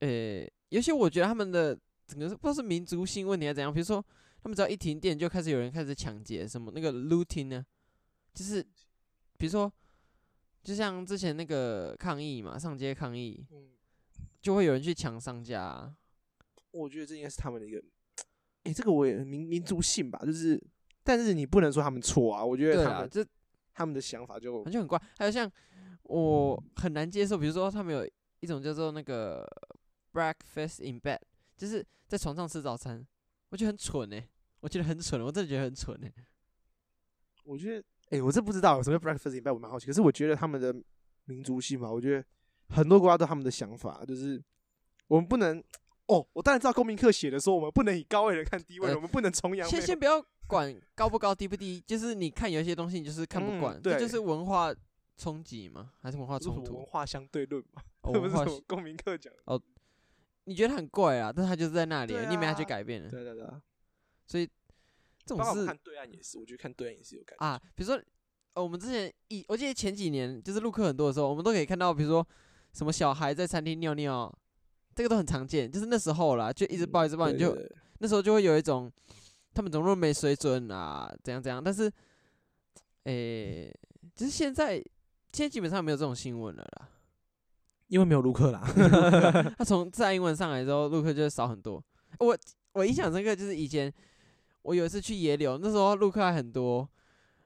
Speaker 2: 呃、有些我觉得他们的整个是不知道是民族性问题还是怎样，比如说他们只要一停电就开始有人开始抢劫，什么那个 looting 呢、就是
Speaker 1: 嗯
Speaker 2: 比如说，就像之前那个抗议嘛，上街抗议，
Speaker 1: 嗯，
Speaker 2: 就会有人去抢商家啊、
Speaker 1: 我觉得这应该是他们的一个，哎、这个我也民民族性吧，就是，但是你不能说他们错啊，我觉
Speaker 2: 对
Speaker 1: 得他
Speaker 2: 啊，
Speaker 1: 们
Speaker 2: 这
Speaker 1: 他们的想法就
Speaker 2: 就很怪。还有像我
Speaker 1: 嗯
Speaker 2: 很难接受，比如说他们有一种叫做那个 breakfast in bed，就是在床上吃早餐，我觉得很蠢哎、我觉得很蠢，我真的觉得很蠢哎、
Speaker 1: 我觉得，哎、我真不知道什么叫 breakfast in bed，我蛮好奇。可是我觉得他们的民族性嘛，我觉得很多国家都有他们的想法，就是我们不能。哦，我当然知道公民课写的说，我们不能以高位人看低位人，
Speaker 2: 呃
Speaker 1: 我们不能崇洋媚
Speaker 2: 先
Speaker 1: 外。
Speaker 2: 先不要管高不高低不低，就是你看有一些东西你就是看不
Speaker 1: 嗯
Speaker 2: 惯，这
Speaker 1: 对
Speaker 2: 就是文化冲击吗？还是文化
Speaker 1: 不是什
Speaker 2: 冲
Speaker 1: 么文
Speaker 2: 突？
Speaker 1: 化相对论嘛，
Speaker 2: 哦
Speaker 1: 这不
Speaker 2: 文
Speaker 1: 是
Speaker 2: 化
Speaker 1: 什么公民课讲的。
Speaker 2: 你觉得它很怪啊，但它就是在那里，
Speaker 1: 对
Speaker 2: 你没办法去
Speaker 1: 啊
Speaker 2: 改变了。
Speaker 1: 对对对啊，
Speaker 2: 所以这
Speaker 1: 包括
Speaker 2: 种
Speaker 1: 我们
Speaker 2: 事
Speaker 1: 看对岸也是，我觉得看对岸也是有感觉。
Speaker 2: 啊，比如说、呃我们之前一，我记得前几年就是陆客很多的时候，我们都可以看到，比如说什么小孩在餐厅尿尿，这个都很常见，就是那时候啦，就一直报一直报，
Speaker 1: 嗯
Speaker 2: 你
Speaker 1: 对
Speaker 2: 就
Speaker 1: 对对
Speaker 2: 那时候就会有一种他们怎么那么没水准啊，怎样怎样。但是，诶、就是现在现在基本上没有这种新闻了啦。
Speaker 1: 因为没有卢克啦，
Speaker 2: 他从自然英文上来之后，陆客就少很多。我我印象深刻就是以前我有一次去野柳，那时候陆客还很多，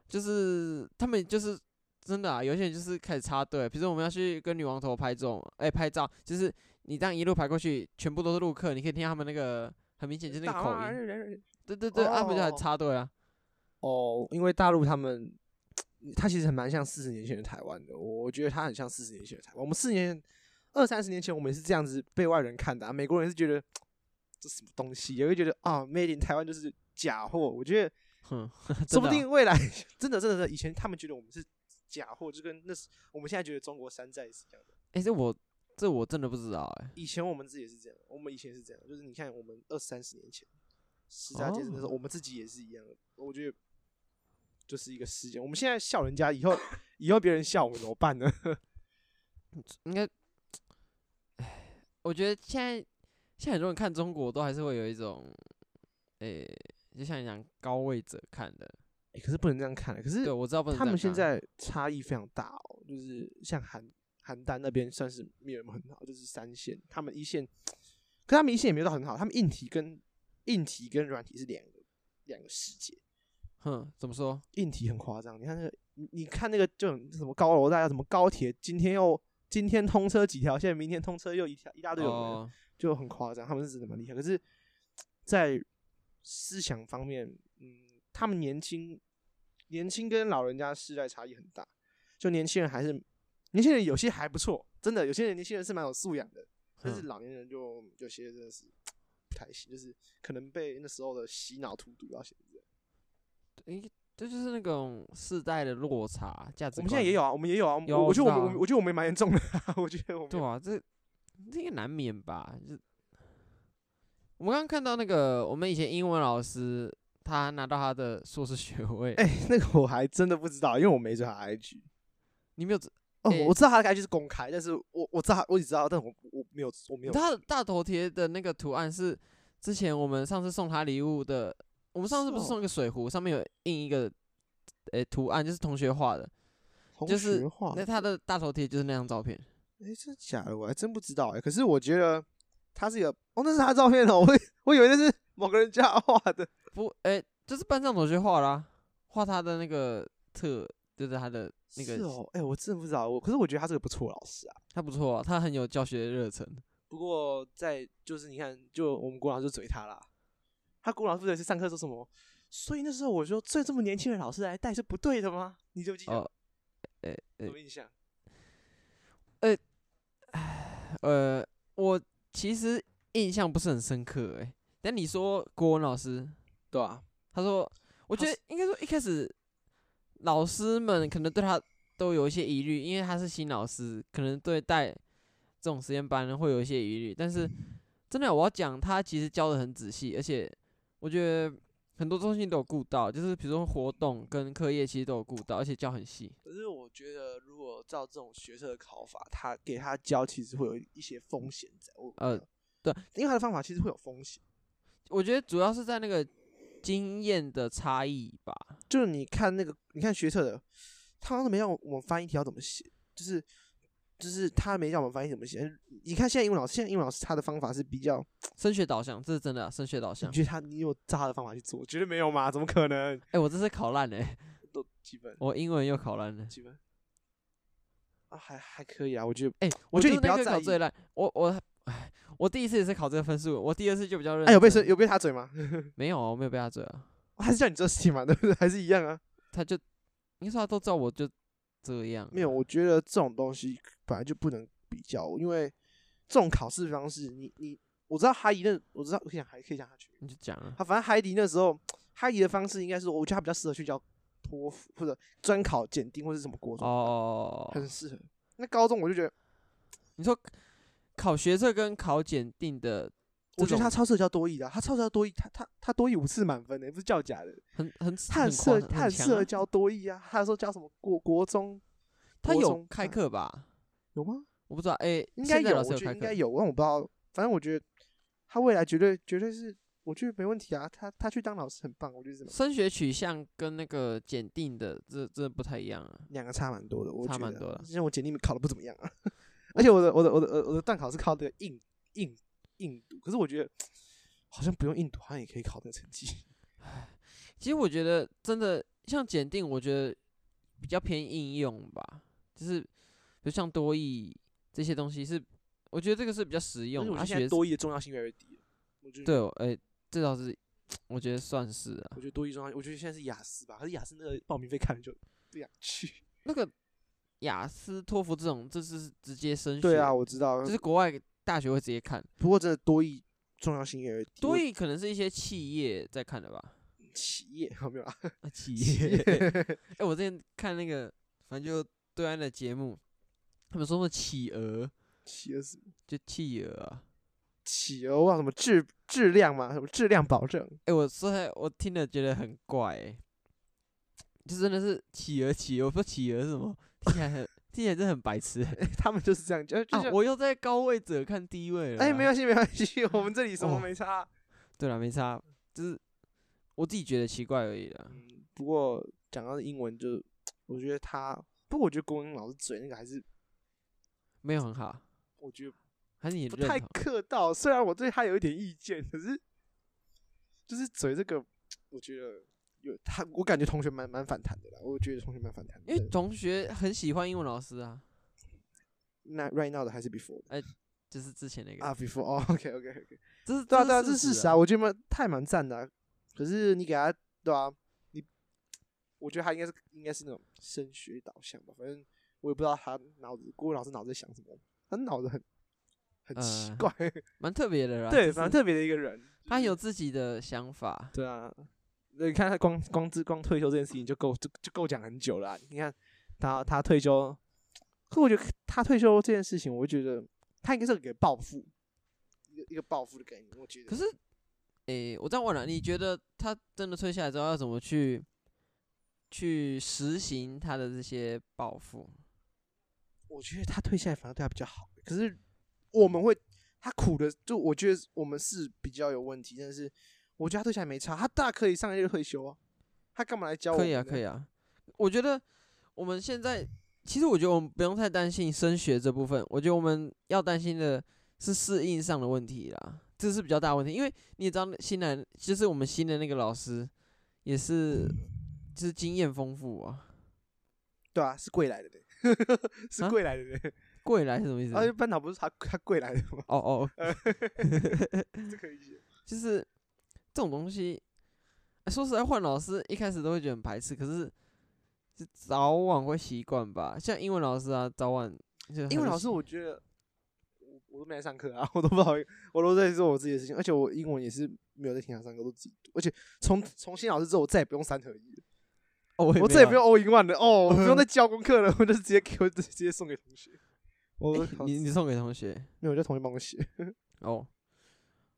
Speaker 2: 就是他们就是真的啊，有些人就是开始插队，比如说我们要去跟女王头拍照，哎、拍照就是你这样一路排过去，全部都是陆客，你可以听到他们那个很明显就是那个
Speaker 1: 大
Speaker 2: 口
Speaker 1: 骂
Speaker 2: 音，
Speaker 1: 人人
Speaker 2: 对对对，他们就还
Speaker 1: 哦
Speaker 2: 插队啊。
Speaker 1: 哦，因为大陆他们，他其实很蛮像四十年前的台湾的，我我觉得他很像四十年前的台湾。我们四十年、二三十年前，我们也是这样子被外人看的、啊，美国人是觉得这什么东西，也会觉得啊，made in 台湾就是假货。我觉得
Speaker 2: 哼，
Speaker 1: 说
Speaker 2: 真
Speaker 1: 不
Speaker 2: 的啊
Speaker 1: 定未来 真的真的真的，以前他们觉得我们是假货，就跟那时我们现在觉得中国山寨是一样的。
Speaker 2: 哎、这我这我真的不知道哎、
Speaker 1: 以前我们自己也是这样，我们以前是这样，就是你看我们二三十年前十大健身的时候，
Speaker 2: 哦
Speaker 1: 我们自己也是一样的。我觉得就是一个时间，我们现在笑人家，以后以后别人笑我们怎么办呢？
Speaker 2: 应该，哎，我觉得现在现在很多人看中国都还是会有一种，诶、就像你讲高位者看的，
Speaker 1: 欸可是不能这样看，可
Speaker 2: 对，
Speaker 1: 是
Speaker 2: 我知道不能
Speaker 1: 他
Speaker 2: 这样啊
Speaker 1: 们现
Speaker 2: 看，
Speaker 1: 在差异非常大哦，就是像邯邯郸那边算是没有很好，就是三线，他们一线，可他们一线也没有到很好，他们硬体跟硬体跟软体是两个两个世界，
Speaker 2: 哼，怎么说？
Speaker 1: 硬体很夸张。你看那个，你你看那个就很什么高楼大厦，什么高铁，今天又今天通车几条线，明天通车又一条一大堆有的人
Speaker 2: 哦，
Speaker 1: 就很夸张。他们是真的蛮厉害，可是，在思想方面，嗯，他们年轻年轻跟老人家世代差异很大。就年轻人还是年轻人，有些还不错，真的有些人年轻人是蛮有素养的，但是
Speaker 2: 哼
Speaker 1: 老年人就有些真的是不太行，就是可能被那时候的洗脑荼毒到现在。
Speaker 2: 诶、这就是那种世代的落差，价值
Speaker 1: 我
Speaker 2: 观。
Speaker 1: 们现在也有啊，我们也有啊。
Speaker 2: 有
Speaker 1: 我
Speaker 2: 我
Speaker 1: 我觉得
Speaker 2: 知
Speaker 1: 我
Speaker 2: 道
Speaker 1: 们
Speaker 2: 啊
Speaker 1: 我觉得我们也蛮严重的 啊、我觉得我们
Speaker 2: 对啊，这这个难免吧？就是我们刚刚看到那个，我们以前英文老师他拿到他的硕士学位，
Speaker 1: 哎、那个我还真的不知道，因为我没追他的 IG。
Speaker 2: 你没有知？
Speaker 1: 哦，
Speaker 2: 哎
Speaker 1: 我知道他的 IG 是公开，但是我我知道他我只知道，但我我没有我没有。
Speaker 2: 他的大头贴的那个图案是之前我们上次送他礼物的，我们上次不是
Speaker 1: 是哦
Speaker 2: 送一个水壶，上面有印一个诶、图案，就是同学画的，
Speaker 1: 同
Speaker 2: 就是
Speaker 1: 学画
Speaker 2: 那他的大头贴就是那张照片。
Speaker 1: 哎、真的假的？我还真不知道哎、可是我觉得他是有，哦，那是他的照片哦，我以我以为那是某个人家画的。
Speaker 2: 不，诶、就是班上同学画啦、画他的那个特，就是他的那
Speaker 1: 是
Speaker 2: 个，
Speaker 1: 哦，哎、我真的不知道。我可是我觉得他是个不错的老师啊。
Speaker 2: 他不错、啊，他很有教学热忱。
Speaker 1: 不过在就是你看，就我们郭老师就嘴他啦。他郭老师不是有一次上课说什么？所以那时候我说，这这么年轻的老师来带是不对的吗？你就记得？
Speaker 2: 哦，诶、诶、
Speaker 1: 有印象？
Speaker 2: 呃，我其实印象不是很深刻、诶，但你说国文老师，
Speaker 1: 对啊，
Speaker 2: 他说，我
Speaker 1: 他
Speaker 2: 觉得应该说一开始老师们可能对他都有一些疑虑，因为他是新老师，可能对带这种实验班会有一些疑虑。但是真的，我要讲他其实教的很仔细，而且我觉得很多东西都有顾到，就是比如说活动跟课业其实都有顾到，而且教很细。
Speaker 1: 可是我觉得如果照这种学测的考法，他给他教其实会有一些风险在。我
Speaker 2: 呃，对，
Speaker 1: 因为他的方法其实会有风险，
Speaker 2: 我觉得主要是在那个经验的差异吧。
Speaker 1: 就是你看那个，你看学测的，他好像没让我们翻译题要怎么写，就是就是他没让我们翻译怎么写。你看现在英文老师，现在英文老师他的方法是比较
Speaker 2: 升学导向，这是真的啊、升学导向
Speaker 1: 你。觉得他你有照他的方法去做？绝对没有嘛，怎么可能？
Speaker 2: 哎、我这次考烂了、
Speaker 1: 都几分？
Speaker 2: 我英文又考烂了。
Speaker 1: 几分？啊，还还可以啊，我觉得。
Speaker 2: 哎、
Speaker 1: 我觉得你
Speaker 2: 就是
Speaker 1: 不要
Speaker 2: 那个
Speaker 1: 在
Speaker 2: 考
Speaker 1: 意
Speaker 2: 最烂，我我哎，我第一次也是考这个分数，我第二次就比较认真。
Speaker 1: 哎、有被生有被他嘴吗？
Speaker 2: 没有啊？我没有被他嘴啊，
Speaker 1: 还是叫你做事情嘛，对不对？还是一样啊。
Speaker 2: 他就应该说他都知道我就这样。啊
Speaker 1: 没有，，我觉得这种东西本来就不能比较，因为这种考试方式，你你我知道哈迪那，我知道我想还可以讲下去。
Speaker 2: 你就讲啊。
Speaker 1: 他反正海迪那时候，海迪的方式应该是，我觉得他比较适合去教托福或者专考检定或者什么国中，
Speaker 2: 哦，
Speaker 1: 很适合。那高中我就觉得，
Speaker 2: 你说考学测跟考检定的这种，
Speaker 1: 我觉得他超适合教多益的啊，他超适合多益，他他他多益五次满分欸呢、不是叫假的，
Speaker 2: 很很
Speaker 1: 他很
Speaker 2: 很
Speaker 1: 适合
Speaker 2: 宽
Speaker 1: 他
Speaker 2: 很
Speaker 1: 很
Speaker 2: 强
Speaker 1: 适
Speaker 2: 啊
Speaker 1: 合教多益啊。他说教什么国国中，
Speaker 2: 他
Speaker 1: 国
Speaker 2: 有
Speaker 1: 中
Speaker 2: 开
Speaker 1: 大
Speaker 2: 课吧？
Speaker 1: 有吗？
Speaker 2: 我不知道，哎、
Speaker 1: 应该
Speaker 2: 现在
Speaker 1: 有，
Speaker 2: 老
Speaker 1: 我
Speaker 2: 师
Speaker 1: 觉
Speaker 2: 开
Speaker 1: 得应该
Speaker 2: 课。
Speaker 1: 有，但我不知道。反正我觉得他未来绝对绝对是，我觉得没问题啊。他他去当老师很棒，我觉得怎么
Speaker 2: 升学取向跟那个检定的这这不太一样啊。
Speaker 1: 两个差蛮多的，我
Speaker 2: 差
Speaker 1: 觉
Speaker 2: 蛮
Speaker 1: 得啊
Speaker 2: 多的
Speaker 1: 因为我简历考的不怎么样啊， 而且我的我的我的我的我的段考是靠的硬硬硬读，可是我觉得好像不用硬读，好像也可以考那个成绩。
Speaker 2: 其实我觉得真的像检定，我觉得比较偏应用吧，就是比如像多益这些东西是，我觉得这个是比较实
Speaker 1: 而且
Speaker 2: 用。
Speaker 1: 我觉
Speaker 2: 啊，
Speaker 1: 得现在
Speaker 2: 学
Speaker 1: 多益的重要性越来越低了，我觉得
Speaker 2: 对，哦哎、这倒是，我觉得算是啊。
Speaker 1: 我觉得多益重要，我觉得现在是雅思吧，可是雅思那个报名费看了就不想去。
Speaker 2: 那个雅思、托福这种，这是直接升学，
Speaker 1: 对啊，，我知道
Speaker 2: 就，是国外大学会直接看。
Speaker 1: 不过真的多益重要性越来越低。
Speaker 2: 多益可能是一些企业在看的吧？
Speaker 1: 我企业 有没 有啊？
Speaker 2: 啊，企 业。哎、我之前看那个，反正就对岸的节目，他们说什么企鹅，
Speaker 1: 企业是
Speaker 2: 就企鹅啊。
Speaker 1: 企鹅啊，什么质质量嘛，什么质量保证，
Speaker 2: 哎、我说还我听了觉得很怪、欸，就真的是企鹅企鹅，我说企鹅是什么？听起来很听起来真的很白 痴、欸、
Speaker 1: 他们就是这样，就就
Speaker 2: 啊！
Speaker 1: 是。
Speaker 2: 我又在高位者看低位了。
Speaker 1: 哎、没关，系，没关系， 我们这里什么
Speaker 2: 哦
Speaker 1: 没差。
Speaker 2: 对了，没差，就是我自己觉得奇怪而已啦。
Speaker 1: 嗯，不过讲到英文就，我觉得他不过我觉得国文老师嘴那个还是，
Speaker 2: 没有很好，
Speaker 1: 我觉得
Speaker 2: 还是你
Speaker 1: 不
Speaker 2: 认
Speaker 1: 太
Speaker 2: 同？
Speaker 1: 客道。虽然我对他有一点意见，可是就是嘴这个，我觉得有他，我感觉同学蛮蛮反弹的啦。我觉得同学蛮反弹的，
Speaker 2: 因为同学很喜欢英文老师啊，
Speaker 1: 那 right now 的还是 before 的
Speaker 2: 就是之前那个，
Speaker 1: 啊，before 哦，OK OK OK，
Speaker 2: 这是
Speaker 1: 对啊对啊，这是
Speaker 2: 这事
Speaker 1: 事
Speaker 2: 实
Speaker 1: 实啊，我觉得蛮太蛮赞的啊、可是你给他对啊，你我觉得他应该是应该是那种升学导向吧，反正我也不知道他脑子郭文老师脑子在想什么，他脑子很很奇
Speaker 2: 呃
Speaker 1: 怪，
Speaker 2: 蛮特别的啦。
Speaker 1: 对，
Speaker 2: 就
Speaker 1: 反正
Speaker 2: 是
Speaker 1: 特别的一个人，
Speaker 2: 他有自己的想 法，
Speaker 1: 对啊，那你看他光光之光退休这件事情就够就就够讲很久了啊、你看他他退休，可我觉得他退休这件事情，我觉得他应该是有给报复，一个一个报复的概念。我觉得
Speaker 2: 可是，诶、我这样问了，你觉得他真的退下来之后要怎么去去实行他的这些抱负？
Speaker 1: 我觉得他退下来反而对他比较好。欸可是我们会他苦的，就我觉得我们是比较有问题，但是我觉得他退下来没差，他大可以上个月就退休啊，他干嘛来教我？
Speaker 2: 可以啊，可以
Speaker 1: 啊，
Speaker 2: 啊。我觉得我们现在，其实我觉得我们不用太担心升学这部分，我觉得我们要担心的是适应上的问题啦，这是比较大的问题。因为你也知道，新来就是我们新的那个老师也是，就是经验丰富啊。
Speaker 1: 对啊，是贵来的对， 是
Speaker 2: 啊
Speaker 1: 贵来的对，
Speaker 2: 贵来是什么意思？
Speaker 1: 而且班导不是他他贵来的吗？
Speaker 2: 哦哦，
Speaker 1: 这可以理解。
Speaker 2: 就是这种东西，哎说实在，换老师一开始都会觉得很排斥，可是就早晚会习惯吧。像英文老师啊，早晚就
Speaker 1: 英文
Speaker 2: 还
Speaker 1: 老
Speaker 2: 是
Speaker 1: 师，我觉得我我都没来上课啊， 我都不知道，我都在做我自己的事情，而且我英文也是没有在听他上课，都自己读。而且从从新老师之后，我再也不用三合一了，
Speaker 2: 哦，我
Speaker 1: 我
Speaker 2: 没
Speaker 1: 再也
Speaker 2: 有
Speaker 1: 不
Speaker 2: 啊嗯
Speaker 1: 用 all in one 了，哦，我不用再教功课了，我就直接给我直接送给同 学。我
Speaker 2: 哎你你送给同学
Speaker 1: 没有我叫同学帮我写，
Speaker 2: 哦。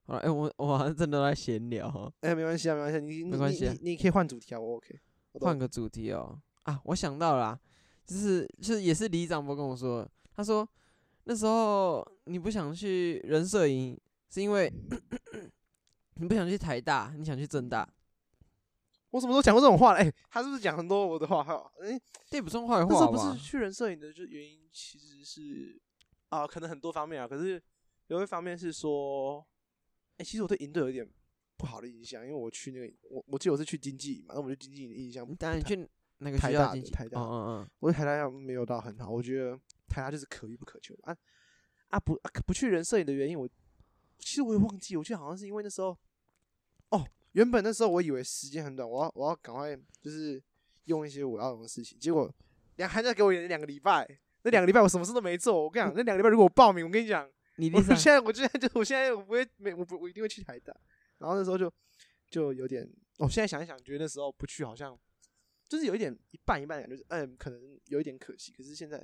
Speaker 2: 好了，哎、我我好像真的在闲聊哦，
Speaker 1: 哎，没关系啊，没关系啊，你
Speaker 2: 没关系啊
Speaker 1: 你你你可以换主题啊，我 OK。我懂
Speaker 2: 换个主题哦。啊，我想到了啊、就是就是也是李长博跟我说，他说那时候你不想去人社营，是因为 你不想去台大，你想去政大，
Speaker 1: 我什么时候讲过这种话了？哎，他是不是讲很多我的话？哎，
Speaker 2: 这也不算坏
Speaker 1: 那时
Speaker 2: 话
Speaker 1: 候不是
Speaker 2: 吧？
Speaker 1: 去人摄影的，就原因其实是啊，可能很多方面啊，可是有一方面是说，哎、其实我对营队有一点不好的印象，因为我去那个，我我记得我是去经济营嘛，那我对经济营的印象，
Speaker 2: 你当然去那个
Speaker 1: 台
Speaker 2: 学
Speaker 1: 大
Speaker 2: 校
Speaker 1: 的
Speaker 2: 进行
Speaker 1: 台大
Speaker 2: 嗯嗯
Speaker 1: 我对台大没有到很好，我觉得台大就是可遇不可求啊啊不啊不去人摄影的原因我，其实我也忘记，我记得好像是因为那时候，哦，原本那时候我以为时间很短，我要我要赶快就是用一些我要用的事情，结果两寒假给我演两个礼拜，那两个礼拜我什么事都没做，我跟你讲，那两个礼拜如果我报名，我跟你讲，
Speaker 2: 你
Speaker 1: 我
Speaker 2: 第
Speaker 1: 现 在
Speaker 2: 三
Speaker 1: 我现在就我现在我不会没我不我一定会去台大，然后那时候就就有点，我、现在想一想，觉得那时候不去好像就是有一点一半一半的感觉，就是嗯，可能有一点可惜，可是现在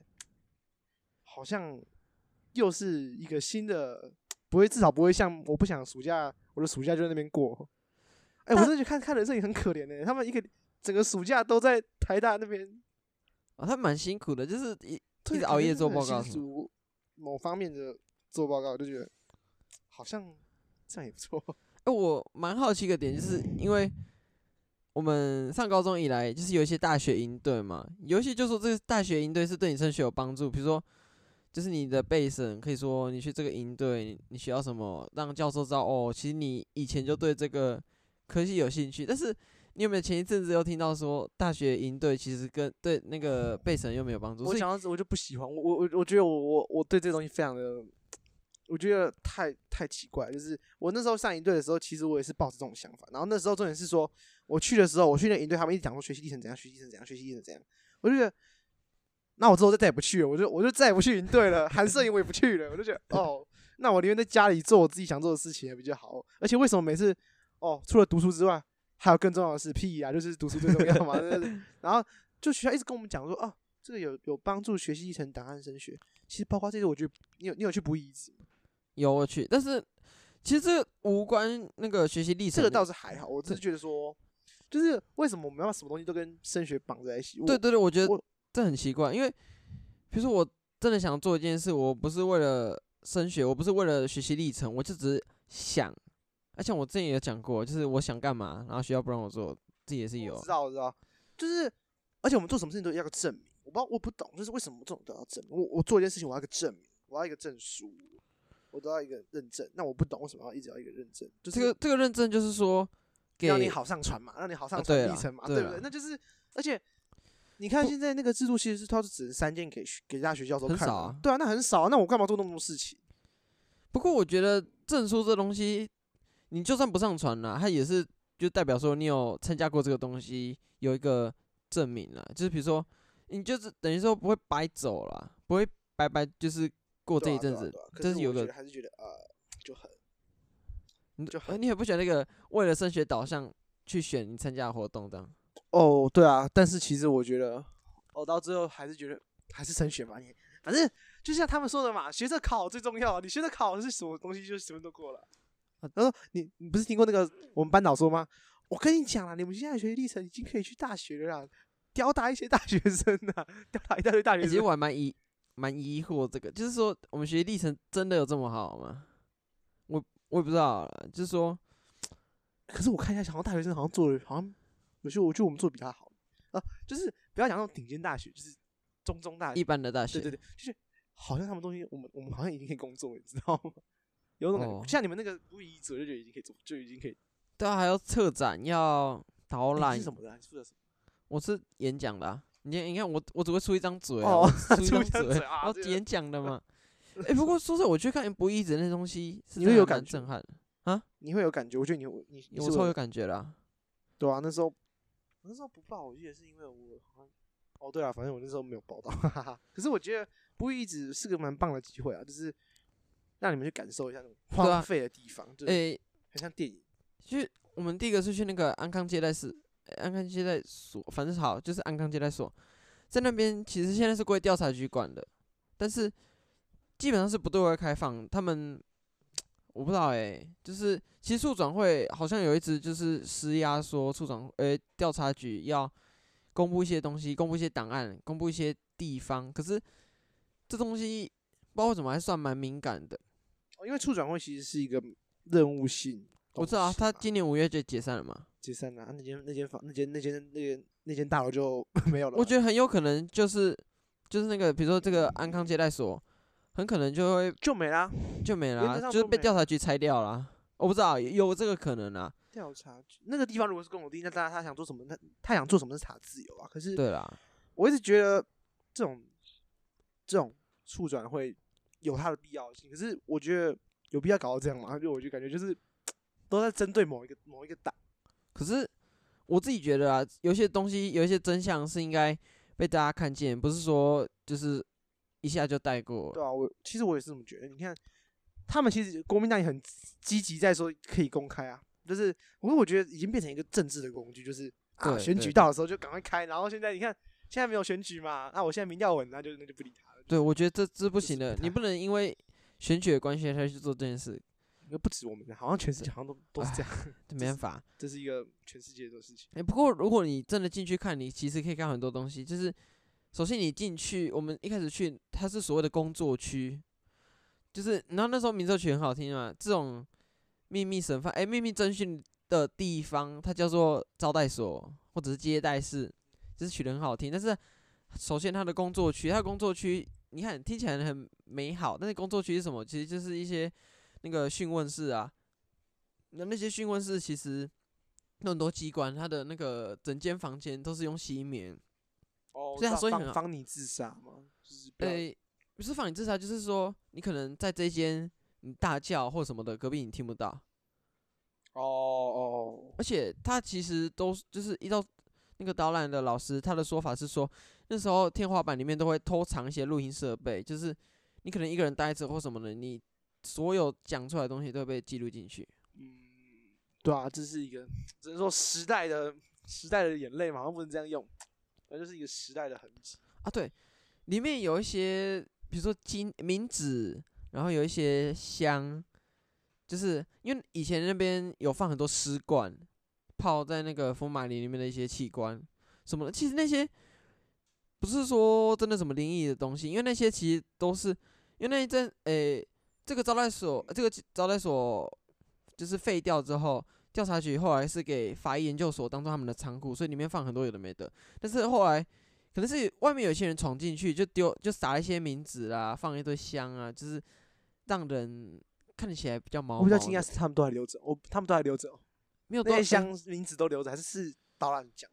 Speaker 1: 好像又是一个新的，不会至少不会像我不想暑假我的暑假就在那边过，哎、我
Speaker 2: 但
Speaker 1: 真的觉得看看人摄影很可怜的、欸他们一个整个暑假都在台大那边，
Speaker 2: 哦，他蛮辛苦的，就是一
Speaker 1: 对
Speaker 2: 一直
Speaker 1: 感
Speaker 2: 熬
Speaker 1: 觉
Speaker 2: 夜
Speaker 1: 就
Speaker 2: 做
Speaker 1: 很
Speaker 2: 报
Speaker 1: 辛
Speaker 2: 告什么
Speaker 1: 苦某方面的做报告，就觉得好像这样也不错。
Speaker 2: 哎、我蛮好奇一个点，就是因为我们上高中以来，就是有一些大学营队嘛，有一些就说这个大学营队是对你升学有帮助，比如说就是你的备审，可以说你去这个营队，你学到什么，让教授知道哦，其实你以前就对这个科系有兴趣，但是。你有没有前一阵子又听到说大学营队其实跟对那个备审又没有帮助？
Speaker 1: 我
Speaker 2: 所以
Speaker 1: 想到这我就不喜欢，我我我我觉得我我我对这东西非常的，我觉得太太奇怪了。就是我那时候上营队的时候，其实我也是抱着这种想法。然后那时候重点是说，我去的时候，我去那营队，他们一直讲说学习历程怎样，学习历程怎样，学习历程怎样，我就觉得。那我之后就再也不去了，我就我就再也不去营队了，韩摄影我也不去了，我就觉得哦，那我宁愿在家里做我自己想做的事情也比较好。而且为什么每次哦，除了读书之外，还有更重要的事，屁呀、就是读书最重要嘛。就是然后就学校一直跟我们讲说，哦，这个有有帮助学习历程档案升学。其实包括这些，我觉得你有你有去补遗址吗，
Speaker 2: 有我去，但是其实这个无关那个学习历
Speaker 1: 这
Speaker 2: 程
Speaker 1: 个
Speaker 2: 的，
Speaker 1: 倒是还好。我只是觉得说，就是为什么我们要把什么东西都跟升学绑在一起？我
Speaker 2: 对对对，我觉得
Speaker 1: 我
Speaker 2: 这很奇怪，因为比如说我真的想做一件事，我不是为了升学，我不是为了学习历程，我就只是想。而且我之前也有讲过，就是我想干嘛，然后学校不让我做，这也是有啊
Speaker 1: 我知。道我知道，就是而且我们做什么事情都要有证明。我不知道，我不懂，就是为什么这种都要证明？我我做一件事情，我要一个证明，我要一个证书，我都要一个认证。那我不懂为什么要一直要一个认证，就
Speaker 2: 这
Speaker 1: 是
Speaker 2: 个这个认证就是说给
Speaker 1: 让你好上传嘛，让你好上
Speaker 2: 啊
Speaker 1: 传
Speaker 2: 对
Speaker 1: 历
Speaker 2: 啦
Speaker 1: 程嘛，
Speaker 2: 对
Speaker 1: 对不
Speaker 2: 啦
Speaker 1: 对？那就是，而且你看
Speaker 2: 不
Speaker 1: 现在那个制度，其实是它只能三件给学给大学教授
Speaker 2: 很
Speaker 1: 看
Speaker 2: 少
Speaker 1: 嘛
Speaker 2: 啊
Speaker 1: 对啊，那很少啊，那我干嘛做那么多事情？
Speaker 2: 不过我觉得证书这东西，你就算不上传啦，它也是就代表说你有参加过这个东西，有一个证明啦。就是比如说，你就是等于说不会白走啦，不会白白就是过这
Speaker 1: 对
Speaker 2: 一
Speaker 1: 啊对
Speaker 2: 阵
Speaker 1: 啊
Speaker 2: 子
Speaker 1: 对啊。可
Speaker 2: 这
Speaker 1: 是
Speaker 2: 有
Speaker 1: 我觉
Speaker 2: 个
Speaker 1: 得还是觉得呃，就很
Speaker 2: 你
Speaker 1: 就
Speaker 2: 呃
Speaker 1: 很
Speaker 2: 你很不喜欢那个为了升学导向去选你参加的活动 这样。
Speaker 1: 哦，对啊，但是其实我觉得，我到最后还是觉得还是升学吧，你反正就像他们说的嘛，学着考最重要，你学着考是什么东西，就什么都过了。他说你你不是听过那个我们班导说吗？我跟你讲啦，你们现在的学习历程已经可以去大学了啦，吊打一些大学生啊，吊打一大堆大
Speaker 2: 欸
Speaker 1: 学
Speaker 2: 其实
Speaker 1: 生。
Speaker 2: 我还蛮疑蛮疑惑这个，就是说我们学习历程真的有这么好吗？我我也不知道啦，就是说
Speaker 1: 可是我看一下，好像大学生好像做的好像，我觉得我觉得我们做得比他好啊，就是不要讲那种顶尖大学，就是中中大学
Speaker 2: 一般的大学
Speaker 1: 啊对对对，就是好像他们东西，我们我们好像已经可以工作了，你知道吗？有那种感觉，
Speaker 2: 哦
Speaker 1: 像你们那个不一组就觉得已经可以做，就已经可以。
Speaker 2: 对啊，还要策展，要导
Speaker 1: 你
Speaker 2: 览
Speaker 1: 是，什么的啊？你负责什么？
Speaker 2: 我是演讲的、啊。你看，你看我，我只会出一张嘴、啊，
Speaker 1: 哦
Speaker 2: 我 只
Speaker 1: 出
Speaker 2: 出
Speaker 1: 一张
Speaker 2: 一张
Speaker 1: 嘴
Speaker 2: 嘴，
Speaker 1: 啊
Speaker 2: 然后
Speaker 1: 这个
Speaker 2: 演讲 的嘛。哎、不过说实，话，我去看不一直那东西，是
Speaker 1: 你会
Speaker 2: 真的
Speaker 1: 有
Speaker 2: 蛮
Speaker 1: 感觉
Speaker 2: 震撼的，
Speaker 1: 你会有感觉？我觉得你有你你
Speaker 2: 我
Speaker 1: 是
Speaker 2: 超
Speaker 1: 有
Speaker 2: 有感觉啦、
Speaker 1: 对啊，那时候我那时候不报，我记得是因为我好像哦对啊，反正我那时候没有报到，哈哈哈。可是我觉得不一直是个蛮棒的机会啊，就是让你们去感受一下那种
Speaker 2: 啊
Speaker 1: 荒废的地方，就是
Speaker 2: 哎、
Speaker 1: 很像电影。
Speaker 2: 去我们第一个是去那个安康接待室，诶安康接待所，反正好就是安康接待所，在那边其实现在是归调查局管的，但是基本上是不对外开放。他们我不知道哎、就是其实处转会好像有一直就是施压说处长呃调查局要公布一些东西，公布一些档案，公布一些地方，可是这东西不知道为什么还算蛮敏感的。
Speaker 1: 哦因为处转会其实是一个任务性东西嘛，
Speaker 2: 我知道啊，他今年五月就解散了嘛。
Speaker 1: 解散了、啊，那间那间房那间那间那间那间大楼就 没有了嘛。
Speaker 2: 我觉得很有可能就是就是那个，比如说这个安康接待所，很可能就会
Speaker 1: 就没啦、
Speaker 2: 就没了
Speaker 1: 原则
Speaker 2: 啊、
Speaker 1: 上
Speaker 2: 就是
Speaker 1: 都
Speaker 2: 被
Speaker 1: 没
Speaker 2: 调查局拆掉了啊、我不知道有这个可能啊。
Speaker 1: 调查局那个地方如果是公有地，那当然他想做什么，他他想做什么是他自由啊。可是
Speaker 2: 对啦，
Speaker 1: 我一直觉得这种这种促转会有它的必要性，可是我觉得有必要搞到这样嘛？ 就我就感觉就是都在针对某一个某一个党，
Speaker 2: 可是我自己觉得啊，有些东西有一些真相是应该被大家看见，不是说就是一下就带过。
Speaker 1: 对啊，我其实我也是这么觉得。你看，他们其实国民党也很积极在说可以公开啊，就是我我觉得已经变成一个政治的工具，就是啊
Speaker 2: 对
Speaker 1: 选
Speaker 2: 对
Speaker 1: 举
Speaker 2: 对
Speaker 1: 到的时候就赶快开，然后现在你看现在没有选举嘛，那、我现在民调稳，那就那就不理他了。
Speaker 2: 对，我觉得这这不
Speaker 1: 就是
Speaker 2: 行的，
Speaker 1: 不
Speaker 2: 你
Speaker 1: 太
Speaker 2: 不能因为选举的关系才去做这件事，
Speaker 1: 那不止我们，好像全世界好像都都是这样，
Speaker 2: 这没办法。
Speaker 1: 这是一个全世界的事情。
Speaker 2: 哎、不过如果你真的进去看，你其实可以看很多东西。就是首先你进去，我们一开始去，它是所谓的工作区，就是然后那时候名字取很好听嘛，这种秘密审犯、哎、秘密侦讯的地方，它叫做招待所或者是接待室，就是取得很好听。但是首先它的工作区，它的工作区你看听起来很美好，但是工作区是什么？其实就是一些那个讯问室啊，那那些讯问室其实。那很多机关，它的那个整间房间都是用吸棉，
Speaker 1: 哦
Speaker 2: 对啊所以很
Speaker 1: 防
Speaker 2: 好
Speaker 1: 防你自杀嘛，就是不要
Speaker 2: 诶、不是防止自杀，就是说你可能在这一间你大叫或什么的，隔壁你听不到，
Speaker 1: 哦哦，
Speaker 2: 而且他其实都是就是依照那个导览的老师他的说法是说，那时候天花板里面都会偷藏一些录音设备，就是你可能一个人待着或什么的，你所有讲出来的东西都会被记录进去。
Speaker 1: 嗯，对啊，这是一个只能说时代的时代的眼泪嘛，好像不能这样用，那就是一个时代的痕迹。
Speaker 2: 啊，对，里面有一些，比如说金冥纸，然后有一些香，就是因为以前那边有放很多尸罐，泡在那个福马林里面的一些器官什么的。其实那些不是说真的什么灵异的东西，因为那些其实都是因为那一阵，诶、这个招待所，这个招待所就是废掉之后。调查局后来是给法医研究所当做他们的仓库，所以里面放很多有的没的。但是后来可能是外面有些人闯进去就丢就撒一些冥纸啦，放一堆香啊，就是让人看起来比较毛
Speaker 1: 我
Speaker 2: 毛
Speaker 1: 比
Speaker 2: 的。
Speaker 1: 较惊讶是他们都还留着，我他们都还留着哦，
Speaker 2: 没有多
Speaker 1: 那
Speaker 2: 少
Speaker 1: 些香名字都留着，还是是导览讲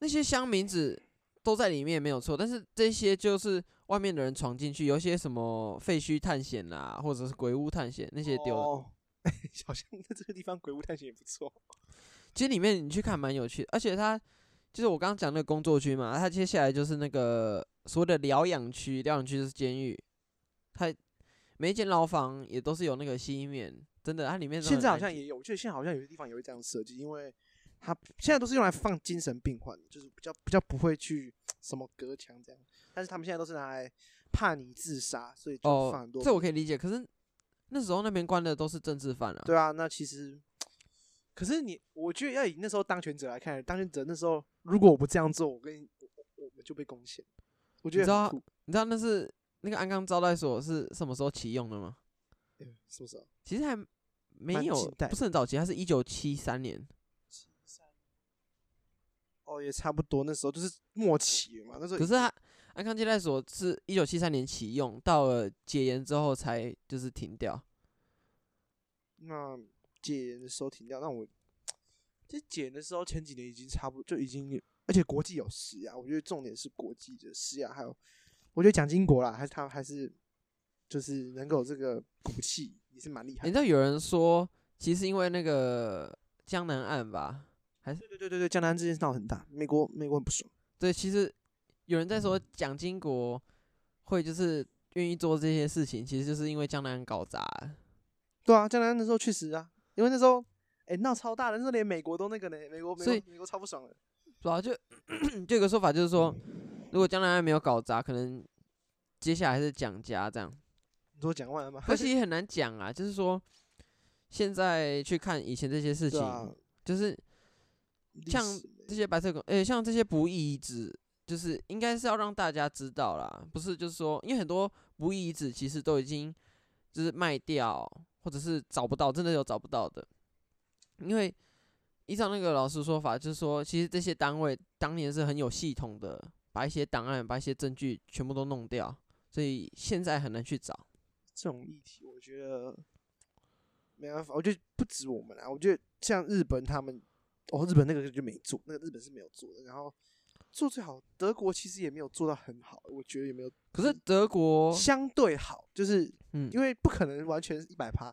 Speaker 2: 那些香名字都在里面没有错，但是这些就是外面的人闯进去，有一些什么废墟探险啦，或者是鬼屋探险那些丢的。
Speaker 1: 哦。 好像在这个地方鬼屋探险也不错，
Speaker 2: 其实里面你去看蛮有趣的，而且它就是我刚刚讲那个工作区嘛，它接下来就是那个所谓的疗养区，疗养区就是监狱，它每一间牢房也都是有那个吸面，真的，它里面都
Speaker 1: 现
Speaker 2: 很
Speaker 1: 在好
Speaker 2: 安
Speaker 1: 像
Speaker 2: 静
Speaker 1: 也有，我记得现在好像有些地方也会这样设计，因为它现在都是用来放精神病患的，就是比较比较不会去什么隔墙这样，但是他们现在都是拿来怕你自杀，所以就放
Speaker 2: 哦
Speaker 1: 很多，
Speaker 2: 这我可以理解，可是那时候那边关的都是政治犯啊，
Speaker 1: 对啊，那其实，可是你，我觉得要以那时候当权者来看，当权者那时候如果我不这样做，我跟你我我我们就被攻陷。我觉
Speaker 2: 你知
Speaker 1: 得
Speaker 2: 道
Speaker 1: 很酷。
Speaker 2: 你知道那是那个安康招待所是什么时候启用的吗？
Speaker 1: 嗯是不是啊？
Speaker 2: 其实还没
Speaker 1: 蛮
Speaker 2: 有
Speaker 1: 近代，
Speaker 2: 不是很早期，它是一九七三年，
Speaker 1: 哦，也差不多，那时候就是末期了嘛，那时候
Speaker 2: 可是它安康接待所是一九七三年启用，到了解严之后才就是停掉。
Speaker 1: 那解严的时候停掉，那我其实解严的时候前几年已经差不多就已经有，而且国际有施压，我觉得重点是国际的施压，还有我觉得蒋经国啦，还是他还是就是能够有这个骨气，也是蛮厉害
Speaker 2: 你
Speaker 1: 的。
Speaker 2: 知道有人说，其实因为那个江南案吧，
Speaker 1: 对对对对对，江南这件事闹很大，美国美国很不爽。
Speaker 2: 对，其实有人在
Speaker 1: 嗯
Speaker 2: 说蒋经国会就是愿意做这些事情，其实就是因为江南案搞砸了。
Speaker 1: 对啊，江南那时候确实啊，因为那时候哎闹、超大的，那时候连美国都那个呢，美国美
Speaker 2: 所以
Speaker 1: 国美国超不爽的。
Speaker 2: 主啊要就 就有个说法就是说，如果江南案没有搞砸，可能接下来是蒋家这样。
Speaker 1: 你说蒋万安吗？
Speaker 2: 可惜很难讲啊，就是说现在去看以前这些事
Speaker 1: 对
Speaker 2: 情，
Speaker 1: 啊，
Speaker 2: 就是
Speaker 1: 历
Speaker 2: 像
Speaker 1: 史
Speaker 2: 这些白色恐，诶、像这些不义遗址，就是应该是要让大家知道啦，不是就是说，因为很多不义遗址其实都已经就是卖掉，或者是找不到，真的有找不到的，因为依照那个老师说法，就是说，其实这些单位当年是很有系统的，把一些档案、把一些证据全部都弄掉，所以现在很难去找。
Speaker 1: 这种议题，我觉得没办法，我觉得不止我们啊，我觉得像日本他们，哦，日本那个就没做，那个日本是没有做的，然后做最好，德国其实也没有做到很好，我觉得也没有
Speaker 2: 可是德国，
Speaker 1: 相对好，就是
Speaker 2: 嗯，
Speaker 1: 因为不可能完全一百趴，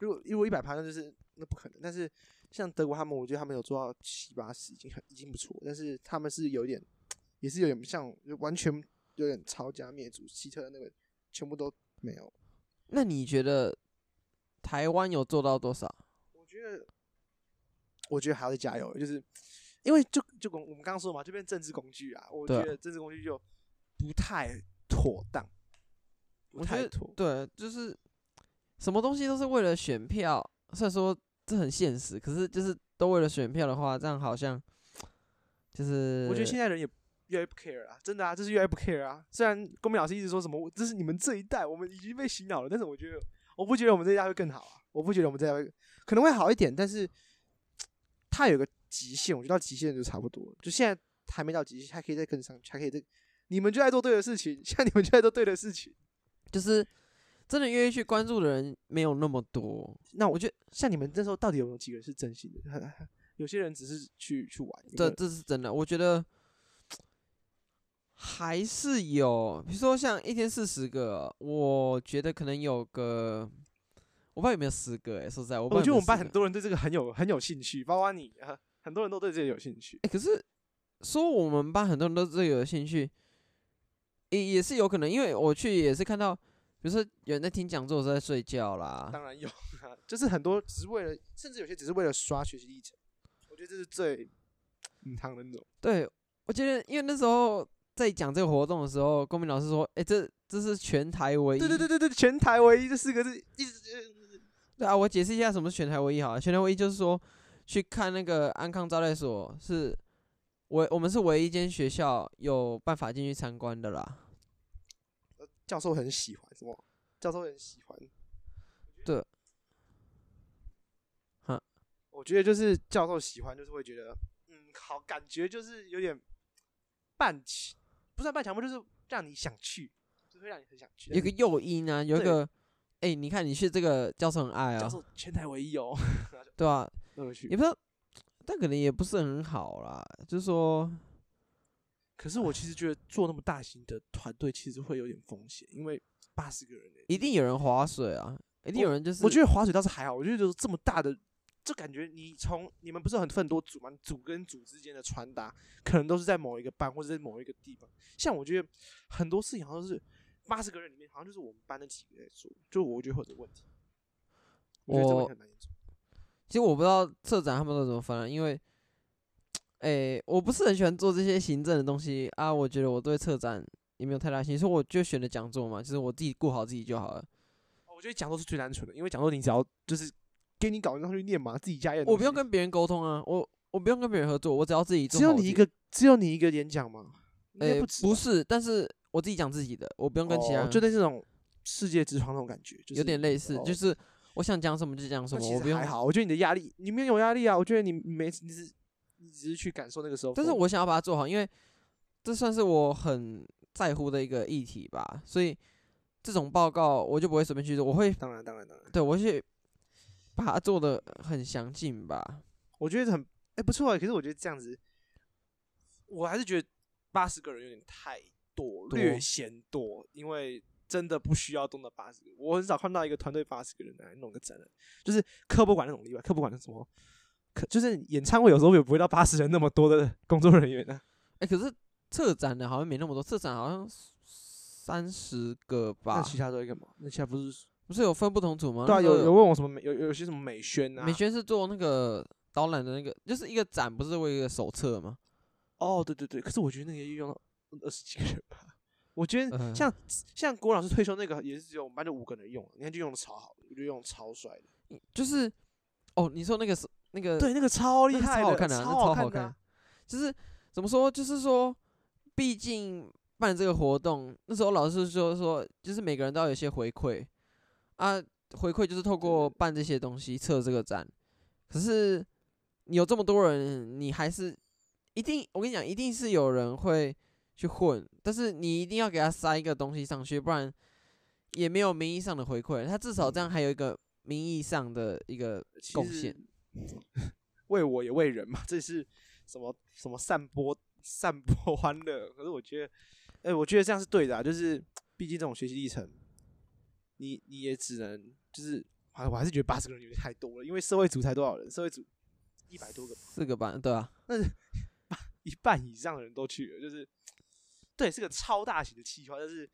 Speaker 1: 如果如果一百趴，那就是那不可能。但是像德国他们，我觉得他们有做到七八十，已经很已经不错。但是他们是有点，也是有点像就完全有点抄家灭族，希特勒那个全部都没有。
Speaker 2: 那你觉得台湾有做到多少？
Speaker 1: 我觉得，我觉得还要再加油，就是因为就就跟我们刚刚说嘛，就变政治工具啊，我
Speaker 2: 对啊
Speaker 1: 觉得政治工具就不太妥当，不
Speaker 2: 我觉
Speaker 1: 太
Speaker 2: 得
Speaker 1: 妥。
Speaker 2: 对，就是什么东西都是为了选票，虽然说这很现实，可是就是都为了选票的话，这样好像就是
Speaker 1: 我觉得现在人也越来越不 care 啊，真的啊，这是越来越不 care 啊。虽然公民老师一直说什么，我这是你们这一代，我们已经被洗脑了，但是我觉得，我不觉得我们这一代会更好啊，我不觉得我们这一代会可能会好一点，但是它有个极限，我觉得到极限就差不多了，就现在还没到极限，还可以再更上，还可以再，你们就在做对的事情， 像你们就在做对的事情，
Speaker 2: 就是真的愿意去关注的人没有那么多。
Speaker 1: 那我
Speaker 2: 我觉得
Speaker 1: 像你们那时候到底有没有几个人是真心的？ 有些人只是去去玩，有没
Speaker 2: 这
Speaker 1: 有
Speaker 2: 这是真的，我觉得还是有，比如说像一天四十个，我觉得可能有个。我不知道有没有十个哎、说实在，我不知
Speaker 1: 哦
Speaker 2: 道
Speaker 1: 我觉得
Speaker 2: 有没有
Speaker 1: 我们班
Speaker 2: 10个
Speaker 1: 很多人对这个很有很有兴趣，包括你啊，很多人都对这个有兴趣。
Speaker 2: 欸，可是说我们班很多人都这个有兴趣，也也是有可能，因为我去也是看到，比如说有人在听讲座的时候在睡觉啦，
Speaker 1: 当然有啊， 就是很多只是为了，甚至有些只是为了刷学习历程。我觉得这是最嗯汤的那种。
Speaker 2: 对，我觉得因为那时候在讲这个活动的时候，公民老师说，哎、这这是全台唯一，
Speaker 1: 对对对对对，全台唯一这四个字，一直
Speaker 2: 对啊，我解释一下什么是全台唯一好了。全台唯一就是说，去看那个安康招待所是唯我们是唯一一间学校有办法进去参观的啦。
Speaker 1: 呃教授很喜欢什么？教授很喜欢。
Speaker 2: 对。哈，
Speaker 1: 我觉得就是教授喜欢，就是会觉得嗯，好，感觉就是有点半强，不算半强迫，就是让你想去，就会让你很想去。
Speaker 2: 有一个诱因啊，有一
Speaker 1: 对
Speaker 2: 个，哎、你看你去这个教授很爱
Speaker 1: 教
Speaker 2: 啊，
Speaker 1: 授全台唯一哦，
Speaker 2: 对啊，
Speaker 1: 那我去。
Speaker 2: 也不知道，但可能也不是很好啦，就是说，
Speaker 1: 可是我其实觉得做那么大型的团队，其实会有点风险，因为八十个人、欸，
Speaker 2: 一定有人划水啊，一定有人就是，
Speaker 1: 我觉得滑水倒是还好，我觉得就是这么大的，就感觉你从你们不是很分很多组嘛，组跟组之间的传达可能都是在某一个班或者在某一个地方。像我觉得很多事情好像是八十个人里面，好像就是我们班那几个在做，就我觉得会有这个问题。我觉得这
Speaker 2: 我
Speaker 1: 问题很难严重。
Speaker 2: 其实我不知道策展他们都怎么分啊，因为，哎、我不是很喜欢做这些行政的东西啊，我觉得我对策展也没有太大兴趣，所以我就选了讲座嘛，就是我自己顾好自己就好了，
Speaker 1: 哦我觉得讲座是最单纯的，因为讲座你只要就是给你稿子上去念嘛，自己加一点东西。
Speaker 2: 我不用跟别人沟通啊，我我不用跟别人合作，我只要自己做
Speaker 1: 只有
Speaker 2: 好我
Speaker 1: 你
Speaker 2: 自
Speaker 1: 一
Speaker 2: 己
Speaker 1: 个，只有你一个演讲嘛，应该
Speaker 2: 呃，
Speaker 1: 不止吧
Speaker 2: 是，但是我自己讲自己的，我不用跟其他
Speaker 1: 哦
Speaker 2: 人，
Speaker 1: 就对这种世界之窗那种感觉，就是
Speaker 2: 有点类似，
Speaker 1: 哦
Speaker 2: 就是我想讲什么就讲什
Speaker 1: 那
Speaker 2: 么，
Speaker 1: 其
Speaker 2: 我
Speaker 1: 实
Speaker 2: 不用
Speaker 1: 还。好，我觉得你的压力，你没有压力啊。我觉得你没，你只是你只是去感受那个时候。
Speaker 2: 但是我想要把它做好，因为这算是我很在乎的一个议题吧，所以这种报告我就不会随便去做，我会
Speaker 1: 当然当然当然，
Speaker 2: 对我去把它做的很详尽吧。
Speaker 1: 我觉得很哎、不错啊。可是我觉得这样子，我还是觉得八十个人有点太多，
Speaker 2: 多
Speaker 1: 略嫌多，因为真的不需要动到八十个。我很少看到一个团队八十个人来弄个展览，就是科博馆那种例外，科博馆是什么？可就是演唱会有时候也不会到八十人那么多的工作人员呢、啊
Speaker 2: 哎、可是策展的好像没那么多，策展好像三十个
Speaker 1: 那
Speaker 2: 吧？
Speaker 1: 其他都会干嘛？那其他不是
Speaker 2: 不是有分不同组吗？
Speaker 1: 对啊？
Speaker 2: 那
Speaker 1: 有
Speaker 2: 个
Speaker 1: 有问我什么美有有些什么美宣啊？
Speaker 2: 美宣是做那个导览的那个，就是一个展，不是为一个手册吗？
Speaker 1: 哦，对对对，可是我觉得那个也用到二十几个人吧。我觉得
Speaker 2: 嗯
Speaker 1: 像、像郭老师退休那个也是只有我们班就五个人用，你看就用的超好的，我觉得用得超帅的。
Speaker 2: 就是哦，你说那个是那个
Speaker 1: 对，那个超
Speaker 2: 那
Speaker 1: 厉
Speaker 2: 个
Speaker 1: 害
Speaker 2: 超好看的啊，
Speaker 1: 超
Speaker 2: 那超
Speaker 1: 看的
Speaker 2: 看
Speaker 1: 啊
Speaker 2: 的，就是怎么说，就是说，毕竟办这个活动，那时候老师说说，就是每个人都要有些回馈啊，回馈就是透过办这些东西测这个展，可是你有这么多人，你还是一定，我跟你讲，一定是有人会去混，但是你一定要给他塞一个东西上去，不然也没有名义上的回馈，他至少
Speaker 1: 嗯
Speaker 2: 这样还有一个名义上的一个
Speaker 1: 其
Speaker 2: 贡
Speaker 1: 实
Speaker 2: 献。
Speaker 1: 为我也为人嘛，这是什么什么散播散播 欢乐？可是我觉得，哎、我觉得这样是对的、啊，就是毕竟这种学习历程，你你也只能就是，啊，我还是觉得八十个人有点太多了，因为社会组才多少人？社会组一百多个吧。
Speaker 2: 四个班，对啊，
Speaker 1: 一半以上的人都去了，就是对，是个超大型的计划，但是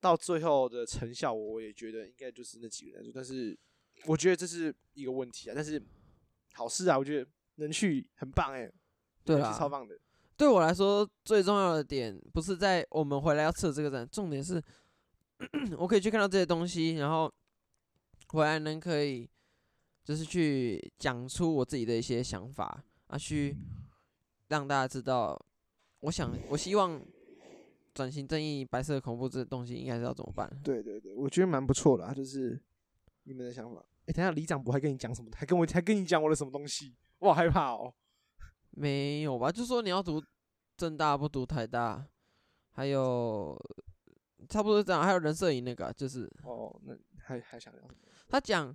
Speaker 1: 到最后的成效，我我也觉得应该就是那几个人来说，但是我觉得这是一个问题啊，但是好事啊，我觉得能去很棒哎、
Speaker 2: 对
Speaker 1: 能
Speaker 2: 啦
Speaker 1: 去，超棒的，
Speaker 2: 对我来说，最重要的点不是在我们回来要测这个展，重点是 我可以去看到这些东西，然后回来呢可以就是去讲出我自己的一些想法啊，去让大家知道，我想我希望转型正义、白色恐怖这东西应该是要怎么办。
Speaker 1: 对对对，我觉得蛮不错的、啊，就是你们的想法。哎、等一下李长博还跟你讲什么？还跟我还跟你讲我的什么东西？我好害怕哦。
Speaker 2: 没有吧？就说你要读正大不读台大，还有差不多这样，还有人摄影那个啊、就是
Speaker 1: 哦，那还还想聊什么？
Speaker 2: 他讲，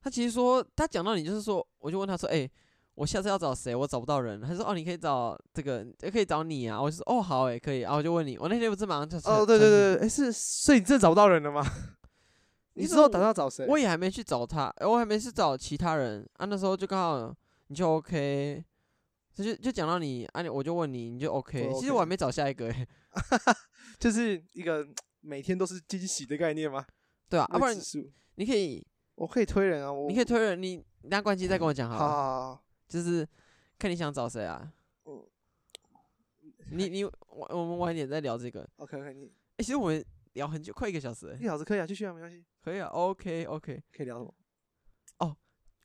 Speaker 2: 他其实说他讲到你就是说，我就问他说，哎、我下次要找谁？我找不到人。他说，哦，你可以找这个，也可以找你啊。我就说，哦，好、欸，可以。然后我就问你，我那天不是马上就
Speaker 1: 哦，
Speaker 2: 传
Speaker 1: 对对，
Speaker 2: 传
Speaker 1: 对，哎、是，所以你真的找不到人了吗？ 你
Speaker 2: 你
Speaker 1: 之
Speaker 2: 怎么
Speaker 1: 后打算找谁？
Speaker 2: 我也还没去找他，呃我还没去找其他人啊。那时候就刚好你就 OK，他就就讲到你啊，你我就问你，你就 OK。
Speaker 1: 我
Speaker 2: 其
Speaker 1: OK
Speaker 2: 实我还没找下一个、欸，
Speaker 1: 就是一个每天都是惊喜的概念吗？
Speaker 2: 对吧、啊？
Speaker 1: 未
Speaker 2: 不然
Speaker 1: 知数
Speaker 2: 你可以
Speaker 1: 我可以推人啊，我
Speaker 2: 你可以推人，你你拿关系再跟我讲
Speaker 1: 好
Speaker 2: 好
Speaker 1: 好
Speaker 2: 了，
Speaker 1: 好好
Speaker 2: 就是看你想找谁啊
Speaker 1: 嗯。
Speaker 2: 你你我我们晚一点再聊这个。
Speaker 1: ，OK OK，你
Speaker 2: 欸，其实我们聊很久，快一个小时、欸
Speaker 1: 一，小时可以啊，继续啊，没关系，
Speaker 2: 可以啊，OK OK。
Speaker 1: 可以聊什么？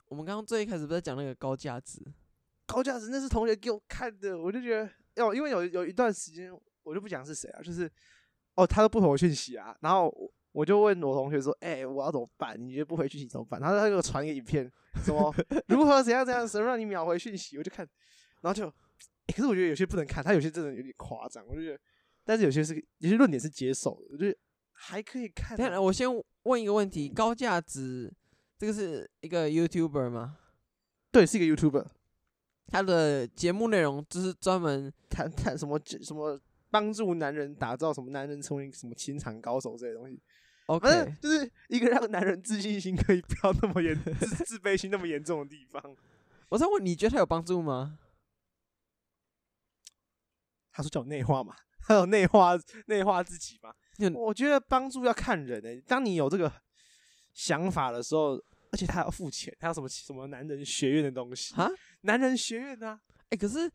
Speaker 2: 我们刚刚最一开始不是在讲那个高价值，
Speaker 1: 高价值那是同学给我看的，我就觉得，要因为有有一段时间我就不讲是谁啊，就是哦，他都不回我讯息啊，然后我我就问我同学说，哎、我要怎么办？你觉得不回讯息怎么办？然后他给我传一个影片，什么如何怎样怎样，怎么让你秒回讯息？我就看，然后就欸可是我觉得有些不能看，他有些真的有点夸张，我就觉得，但是有些是有些论点是接受的，我觉得还可以看
Speaker 2: 等一
Speaker 1: 啊、
Speaker 2: 下，我先问一个问题：高价值这个是一个 YouTuber 吗？
Speaker 1: 对，是一个 YouTuber，
Speaker 2: 他的节目内容就是专门
Speaker 1: 谈谈什么什么帮助男人打造什么男人成为什么情场高手这些东西，
Speaker 2: OK，
Speaker 1: 反正就是一个让男人自信心可以不要那么严自自卑心那么严重的地方。
Speaker 2: 我在问你觉得他有帮助吗？
Speaker 1: 他说叫我内化嘛，还有内化内化自己嘛
Speaker 2: 就。
Speaker 1: 我觉得帮助要看人诶、当你有这个想法的时候，而且他还要付钱，他有什么什么男人学院的东西
Speaker 2: 啊？
Speaker 1: 男人学院啊，
Speaker 2: 哎、可是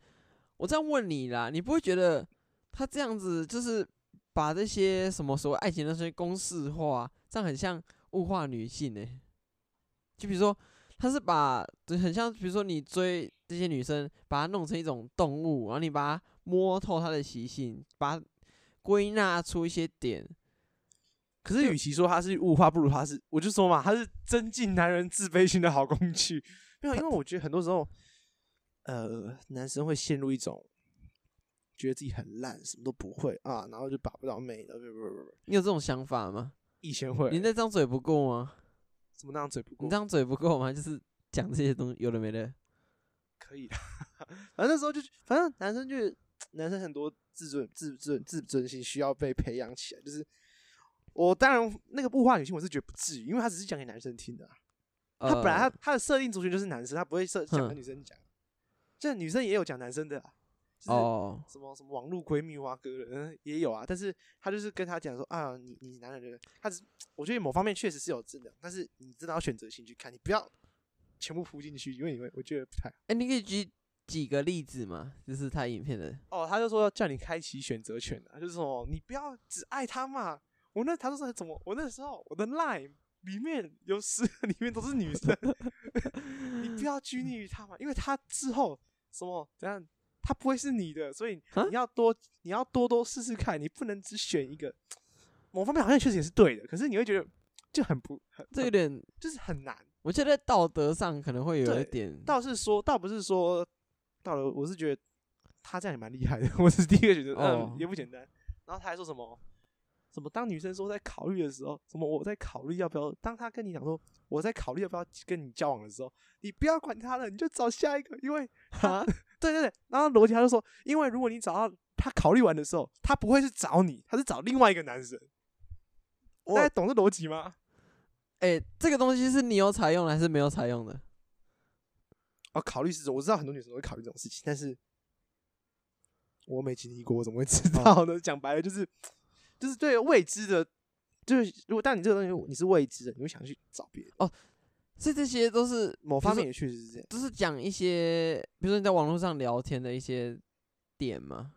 Speaker 2: 我这样问你啦，你不会觉得他这样子就是把这些什么所谓爱情的那些公式化，这样很像物化女性呢、欸就比如说，他是把就很像，比如说你追这些女生，把它弄成一种动物，然后你把它摸透它的习性，把它归纳出一些点。
Speaker 1: 可是，与其说他是物化，不如他是，我就说嘛，他是增进男人自卑心的好工具。 没有，因为我觉得很多时候，呃，男生会陷入一种觉得自己很烂，什么都不会啊，然后就把不到妹的。不不不不，
Speaker 2: 你有这种想法吗？
Speaker 1: 以前会
Speaker 2: 你那张嘴不够吗？
Speaker 1: 怎么那样嘴不
Speaker 2: 你
Speaker 1: 过
Speaker 2: 这，张嘴不够吗？就是讲这些东西，有的没的。
Speaker 1: 可以的。 反正那时候就，反正男生就男生很多自尊、自尊、自尊心需要被培养起来。就是我当然那个物化女性，我是觉得不至于，因为他只是讲给男生听的啊、他本来他
Speaker 2: 呃
Speaker 1: 他的设定族群就是男生，他不会设讲
Speaker 2: 哼
Speaker 1: 跟女生讲，这女生也有讲男生的啊，就是
Speaker 2: 哦，
Speaker 1: 什么什么网络闺蜜挖哥的嗯也有啊，但是他就是跟他讲说啊，你你男人的，他只我觉得某方面确实是有正能，但是你真的要选择性去看，你不要全部扑进去，因为你会我觉得不太好。
Speaker 2: 哎、你可以举几个例子吗？就是他影片的，
Speaker 1: 哦，他就说叫你开启选择权啊，就是说你不要只爱他嘛。我那他就说怎么，我那时候我的 line 里面有十个里面都是女生， 你不要拘泥于他嘛，因为他之后什么怎样，他不会是你的，所以
Speaker 2: 啊
Speaker 1: 你要多你要多多试试看，你不能只选一个。某方面好像确实也是对的，可是你会觉得就很不很
Speaker 2: 这有
Speaker 1: 很
Speaker 2: 点，
Speaker 1: 就是很难。
Speaker 2: 我觉得在道德上可能会有
Speaker 1: 对
Speaker 2: 一点，
Speaker 1: 倒是说，倒不是说到了，我是觉得他这样也蛮厉害的。 我是第一个觉得，
Speaker 2: 哦
Speaker 1: 嗯，也不简单。然后他还说什么，什么当女生说在考虑的时候，什么我在考虑要不要，当他跟你讲说我在考虑要不要跟你交往的时候，你不要管他了，你就找下一个，因为 他对对对。然后逻辑他就说，因为如果你找到他考虑完的时候，他不会是找你，他是找另外一个男生。大家懂这逻辑吗？
Speaker 2: 哎、这个东西是你有采用的还是没有采用的？
Speaker 1: 哦，考虑是我知道很多女生会考虑这种事情，但是我没经历过，我怎么会知道呢？ 讲白了就是，就是对未知的，就是如果但你这个东西你是未知的，你会想去找别人。
Speaker 2: 所以这些都是
Speaker 1: 某
Speaker 2: 比如
Speaker 1: 方
Speaker 2: 说
Speaker 1: 面也确实是这样。
Speaker 2: 都是讲一些，比如说你在网络上聊天的一些点嘛。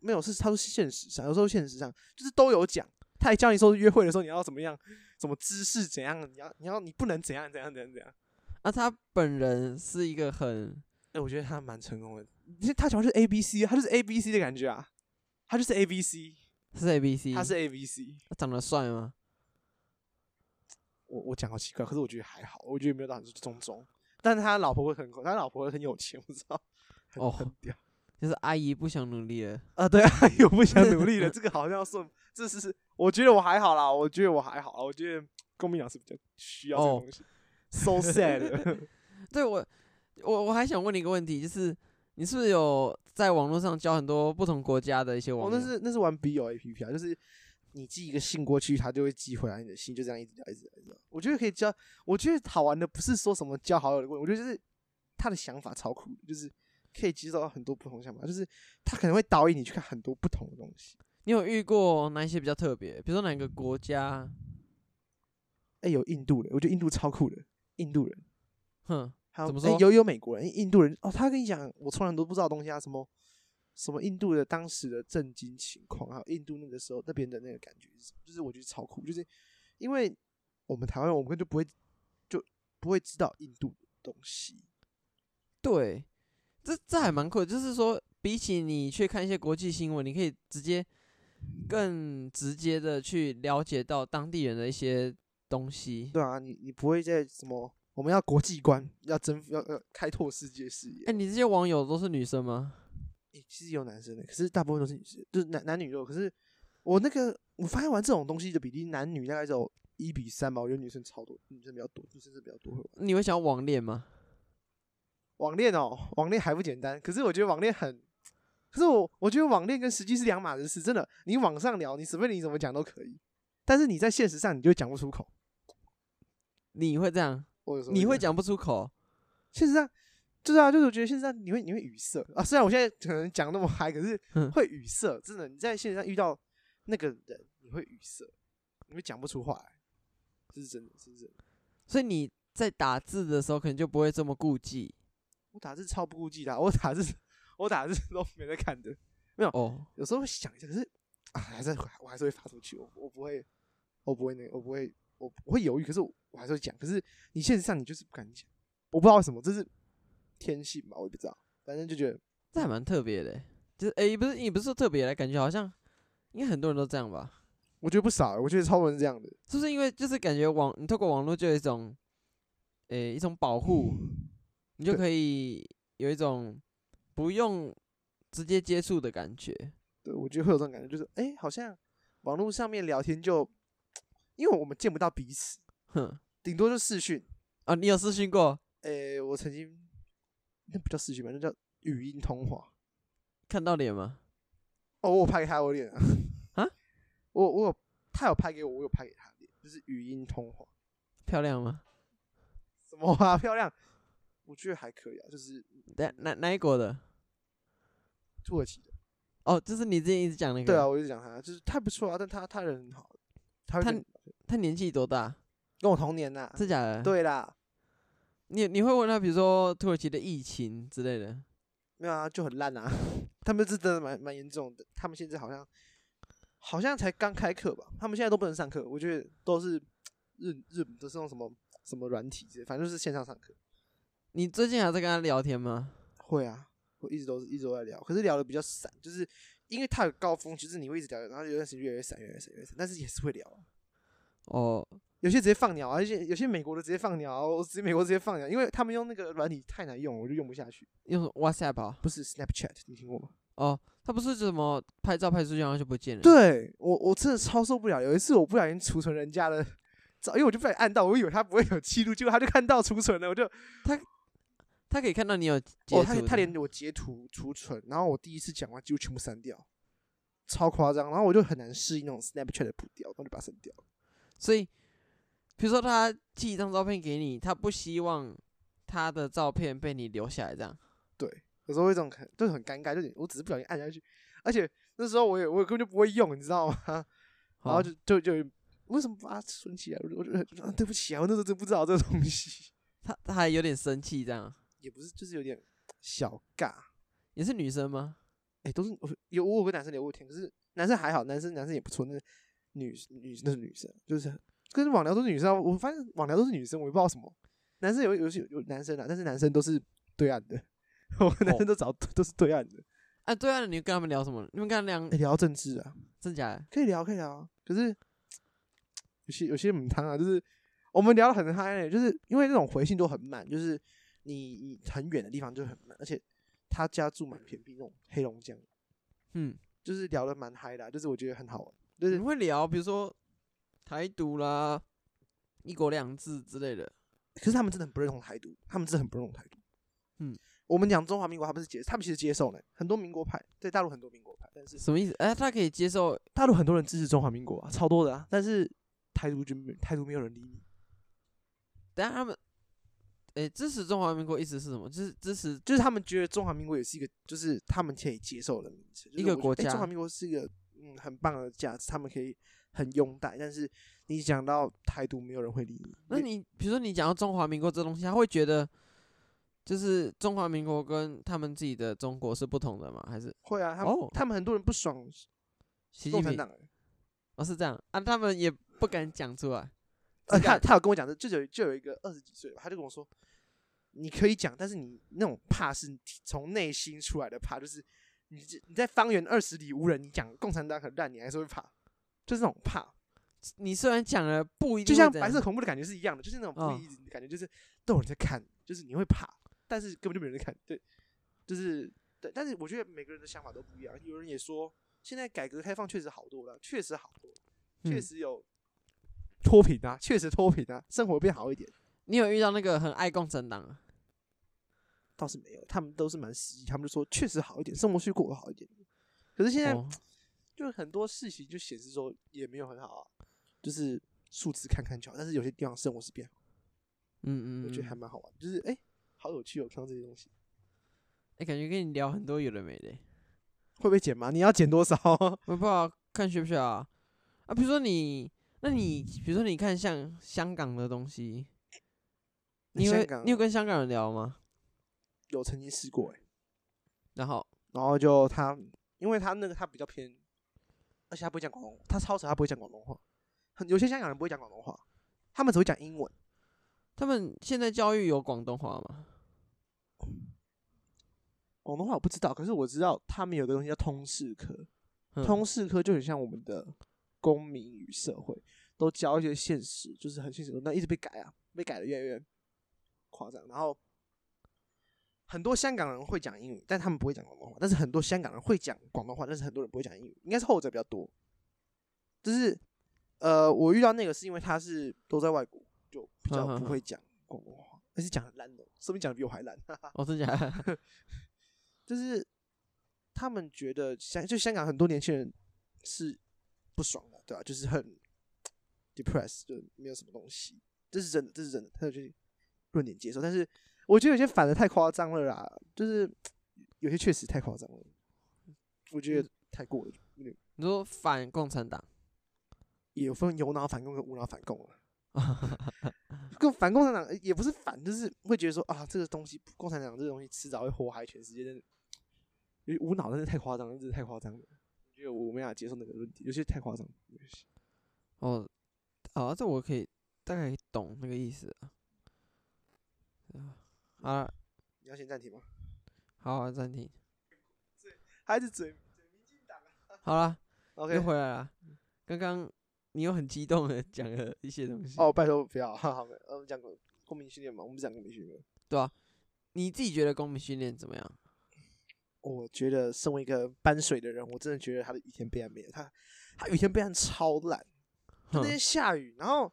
Speaker 1: 没有，是他说是现实上，有时候现实上就是都有讲。他还教你说约会的时候你要怎么样，怎么姿势怎样，你要你要你不能怎样怎样怎样怎样。
Speaker 2: 啊，他本人是一个很，
Speaker 1: 哎、我觉得他蛮成功的，其实他讲是 A B C，他就是 A B C 的感觉啊，他就是 A B C，
Speaker 2: 他是 A B C，
Speaker 1: 他是 A B C。
Speaker 2: 他长得帅吗？
Speaker 1: 我我讲好奇怪，可是我觉得还好，我觉得没有到很中中。但是他老婆会很，他老婆很有钱，我知道。很
Speaker 2: 哦
Speaker 1: 很屌
Speaker 2: 就是阿姨不想努力了，
Speaker 1: 啊！对啊， 又不想努力了，这个好像算，这是我觉得我还好啦，我觉得我还好啦，我觉得公民老师比较需要这个
Speaker 2: 哦
Speaker 1: 东西。So sad，
Speaker 2: 对我，我我还想问你一个问题，就是你是不是有在网络上交很多不同国家的一些网
Speaker 1: 我
Speaker 2: 友？
Speaker 1: 哦那是那是玩笔友 A P P 啊，就是你寄一个信过去，他就会寄回来你的信，就这样一直聊一直聊。一直聊我觉得可以交，我觉得好玩的不是说什么交好友的问题，我觉得就是他的想法超酷的，就是可以接受到很多不同的想法，就是他可能会导引你去看很多不同的东西。
Speaker 2: 你有遇过哪一些比较特别？比如说哪个国家？
Speaker 1: 哎、有印度人，我觉得印度超酷的，印度人。
Speaker 2: 哼，
Speaker 1: 还有
Speaker 2: 怎么
Speaker 1: 哎
Speaker 2: 说
Speaker 1: 有有美国人，印度人哦，他跟你讲，我从来都不知道的东西啊，什么什么印度的当时的震惊情况，还有印度那个时候那边的那个感觉是什么，就是我觉得超酷，就是因为我们台湾我们根本就不会就不会知道印度的东西，
Speaker 2: 对，这这还蛮酷的就是说，比起你去看一些国际新闻，你可以直接更直接的去了解到当地人的一些东西。
Speaker 1: 对啊，你你不会在什么我们要国际观，要征服，要要开拓世界视野。
Speaker 2: 哎、你这些网友都是女生吗？
Speaker 1: 欸其实也有男生的、可是大部分都是女生，就是男男女都有。可是我那个我发现玩这种东西的比例，男女大概只有一比三吧。我觉得女生超多，女生比较多，女生是比较多会玩。
Speaker 2: 你会想要网恋吗？
Speaker 1: 网恋哦，网恋还不简单，可是我觉得网恋很，可是我我觉得网恋跟实际是两码子事，真的。你网上聊，你随便你怎么讲都可以，但是你在现实上你就讲不出口。
Speaker 2: 你会这样？
Speaker 1: 我有时候
Speaker 2: 你
Speaker 1: 这
Speaker 2: 会
Speaker 1: 样
Speaker 2: 讲不出口？
Speaker 1: 现实上，就是啊，就是我觉得现实上你会你会语塞啊。虽然我现在可能讲那么嗨，可是
Speaker 2: 嗯
Speaker 1: 会语塞，真的。你在现实上遇到那个人，你会语塞，你会讲不出话来，这是真的，这是真的。
Speaker 2: 所以你在打字的时候可能就不会这么顾忌
Speaker 1: 我打字超不顾忌的啊，我打字我打字都没在看的，
Speaker 2: 哦。
Speaker 1: 有时候会想一下，可是啊，还是我还是会发出去，我我不会，我不会那个，我不会，我我会犹豫，可是我我还是会讲。可是你现实上你就是不敢讲，我不知道为什么，这是天性吧，我也不知道，反正就觉得
Speaker 2: 这还蛮特别的欸，就是诶、不是也不是说特别来，感觉好像应该很多人都这样吧？
Speaker 1: 我觉得不少、欸我觉得超多人是这样的。
Speaker 2: 是不是因为就是感觉网你透过网络就有一种诶、一种保护，你就
Speaker 1: 对
Speaker 2: 可以有一种不用直接接触的感觉。
Speaker 1: 对，我觉得会有这种感觉，就是哎、诶好像网络上面聊天就，因为我们见不到彼此，
Speaker 2: 哼
Speaker 1: 顶多就视讯。
Speaker 2: 啊，你有私讯过
Speaker 1: 哎、我曾经那不叫视讯吧，那叫语音通话。
Speaker 2: 看到脸吗？
Speaker 1: 哦，我有拍给他我脸啊，
Speaker 2: 啊，
Speaker 1: 我我有他有拍给我，我有拍给他脸，就是语音通话。
Speaker 2: 漂亮吗？
Speaker 1: 什么啊， 漂亮？我觉得还可以啊，就是
Speaker 2: 哪哪哪一国的？
Speaker 1: 土耳其的。
Speaker 2: 哦，就是你之前一直讲那个。
Speaker 1: 对啊，，我一直讲他，就是他不错啊，但他他人很好，他会
Speaker 2: 他
Speaker 1: 跟
Speaker 2: 他年纪多大？
Speaker 1: 跟我同年呐、
Speaker 2: 真假的？，
Speaker 1: 对啦，
Speaker 2: 你你会问他，比如说土耳其的疫情之类的。
Speaker 1: 没有啊，就很烂啊。 他们是真的蛮蛮严重的，他们现在好像好像才刚开课吧，他们现在都不能上课，我觉得都是日日本都是用什么什么软体之类，反正就是线上上课。
Speaker 2: 你最近还在跟他聊天吗？
Speaker 1: 会啊，我一直都是一直都在聊，可是聊的比较散，就是因为它有高峰期，就是你会一直聊，然后有段时间越来越散，越来越散，越来越散，但是也是会聊啊。
Speaker 2: 哦，
Speaker 1: 有些直接放鸟啊，有些有些美国的直接放鸟啊，我直接美国直接放鸟，因为他们用那个软体太难用了，我就用不下去。
Speaker 2: 用 WhatsApp 啊？
Speaker 1: 不是 Snapchat，你听过吗？
Speaker 2: 哦，他不是什么拍照拍出去然后就不见了。，
Speaker 1: 对我，我真的超受不了。有一次我不小心储存人家的照，因为我就不小心按到，我以为他不会有记录，结果他就看到储存了，我就
Speaker 2: 他可以看到你有截图
Speaker 1: 哦，他
Speaker 2: 的。
Speaker 1: 他连我截图储存，然后我第一次讲完几乎全部删掉，超夸张。然后我就很难适应那种 Snapchat 的步调，然后就把它删掉。
Speaker 2: 所以，比如说他寄一张照片给你，他不希望他的照片被你留下来，这样。
Speaker 1: 有时候会这种很就是很尴尬，就是我只是不小心按下去，而且那时候我也我也根本就不会用，你知道吗？然后
Speaker 2: 好
Speaker 1: 就就就为什么把它存起来？我就我就啊对不起啊，我那时候真不知道这个东西，
Speaker 2: 他他还有点生气，这样。
Speaker 1: 也不是就是有点小尬。
Speaker 2: 也是女生吗？
Speaker 1: 哎、都是我有我有跟男生聊过天，可是男生还好，男生男生也不错，那女女那是女生，就是跟网聊都是女生啊，我发现网聊都是女生，我也不知道为什么，男生有有些有男生啊，但是男生都是对岸的， 我跟男生都找、都是对岸的，
Speaker 2: 啊，对啊，你跟他们聊什么？你们跟他聊
Speaker 1: 哎、聊政治啊，
Speaker 2: 真假的？
Speaker 1: 可以聊可以聊啊，可是有些有些母汤啊，就是我们聊的很嗨、欸，就是因为那种回信都很慢，就是你你很远的地方就很慢，而且他家住蛮偏僻，那种黑龙江。
Speaker 2: 嗯，
Speaker 1: 就是聊得蛮嗨的啊、就是我觉得很好玩。就
Speaker 2: 你
Speaker 1: 是
Speaker 2: 们会聊，比如说台独啦、一国两制之类的。
Speaker 1: 可是他们真的很不认同台独，他们真的很不认同台独。
Speaker 2: 嗯，
Speaker 1: 我们讲中华民国，他们是接，他们其实接受呢，很多民国派，在大陆很多民国派，但是
Speaker 2: 什么意思？哎、他可以接受
Speaker 1: 大陆很多人支持中华民国啊，超多的啊。但是台独就没台独没有人理你，
Speaker 2: 等下他们，诶、支持中华民国意思是什么？就是支持
Speaker 1: 就是他们觉得中华民国也是一个，就是他们可以接受的名词，就是
Speaker 2: 一个
Speaker 1: 我觉得
Speaker 2: 国
Speaker 1: 诶
Speaker 2: 家
Speaker 1: 中华民国是一个嗯很棒的价值，他们可以很拥戴。但是你讲到台独，没有人会理你。
Speaker 2: 那你比如说你讲到中华民国这东西，他会觉得就是中华民国跟他们自己的中国是不同的吗？还是
Speaker 1: 会啊？他们、
Speaker 2: 哦，
Speaker 1: 他们很多人不爽
Speaker 2: 习
Speaker 1: 共
Speaker 2: 近
Speaker 1: 产
Speaker 2: 平
Speaker 1: 党、欸。
Speaker 2: 哦是这样啊，他们也不敢讲出来。
Speaker 1: 呃，
Speaker 2: 只
Speaker 1: 他
Speaker 2: 敢
Speaker 1: 他有跟我讲的，就有就有一个二十几岁吧，他就跟我说，你可以讲，但是你那种怕是从内心出来的怕，就是你这你在方圆二十里无人，你讲共产党很烂，你还是会怕，就是那种怕。
Speaker 2: 你虽然讲了不一定
Speaker 1: 就
Speaker 2: 会
Speaker 1: 像
Speaker 2: 怎
Speaker 1: 白
Speaker 2: 样
Speaker 1: 色恐怖的感觉是一样的，就是那种
Speaker 2: 哦
Speaker 1: 不一致的感觉，就是都有人在看，就是你会怕，但是根本就没有人在看，对，就是对，但是我觉得每个人的想法都不一样，有人也说现在改革开放确实好多了，确实好多，确
Speaker 2: 嗯
Speaker 1: 实有脱贫啊，确实脱贫啊，生活变好一点，
Speaker 2: 你有遇到那个很爱共产党啊？
Speaker 1: 倒是没有，他们都是蛮实际，他们就说确实好一点，生活去过得好一点，可是现在
Speaker 2: 哦
Speaker 1: 就很多事情就显示说也没有很好啊，就是数字看看就好，但是有些地方生活是变好。
Speaker 2: 嗯嗯，
Speaker 1: 我觉得还
Speaker 2: 嗯
Speaker 1: 蛮好玩，就是哎、诶好有趣哦，看到这些东西
Speaker 2: 哎、感觉跟你聊很多有的没的欸、
Speaker 1: 会不会剪吗？你要剪多少？
Speaker 2: 我不知道看学不学啊？啊，比如说你，那你比如说你看像香港的东西，你
Speaker 1: 香
Speaker 2: 会
Speaker 1: 港
Speaker 2: 你有跟香港人聊吗？
Speaker 1: 有曾经试过哎、
Speaker 2: 然后
Speaker 1: 然后就他，因为他那个他比较偏，而且他不会讲广东话，他超扯，他不会讲广东话，很有些香港人不会讲广东话，他们只会讲英文，
Speaker 2: 他们现在教育有广东话吗？
Speaker 1: 广东话我不知道，可是我知道他们有个东西叫通识课，
Speaker 2: 哼
Speaker 1: 通识科就很像我们的公民与社会，都教一些现实，就是很现实的，那一直被改啊，被改的越来越夸张。然后很多香港人会讲英语，但他们不会讲广东话；但是很多香港人会讲广东话，但是很多人不会讲英语，应该是后者比较多。就是呃，我遇到那个是因为他是都在外国，就比较不会讲广东话，而且讲得烂的，说明讲的比我还烂。
Speaker 2: 哦，真假的？
Speaker 1: 就是他们觉得香，就香港很多年轻人是不爽的，对吧、就是很 depressed，就没有什么东西，这是真的，这是真的，他有些论点接受，但是我觉得有些反的太夸张了啦，就是有些确实太夸张了，我觉得太过了，有点
Speaker 2: 你说反共产党？
Speaker 1: 也有分有脑反共跟无脑反共 了。跟反共产党呃也不是反，就是会觉得说啊，这个东西共产党这个东西迟早会祸害全世界，真的，有些无脑真的太夸张了，真的太夸张了。我觉得我没办法接受那个论点，有些太夸张了。
Speaker 2: 哦，好、啊，这我可以大概懂那个意思啊。啊，
Speaker 1: 你要先暂停吗？
Speaker 2: 好啊，暂停。
Speaker 1: 还是嘴
Speaker 2: 好啦，
Speaker 1: OK？
Speaker 2: 又回来了。刚刚你又很激动的讲了一些东西，
Speaker 1: 哦，拜托不要， 哈哈，呃我们讲过公民训练嘛，我们不讲公民训练。
Speaker 2: 你自己觉得公民训练怎么样？
Speaker 1: 我觉得身为一个搬水的人，我真的觉得他的雨天备案没有他，他雨天备案超烂。就
Speaker 2: 哼
Speaker 1: 那天下雨，然后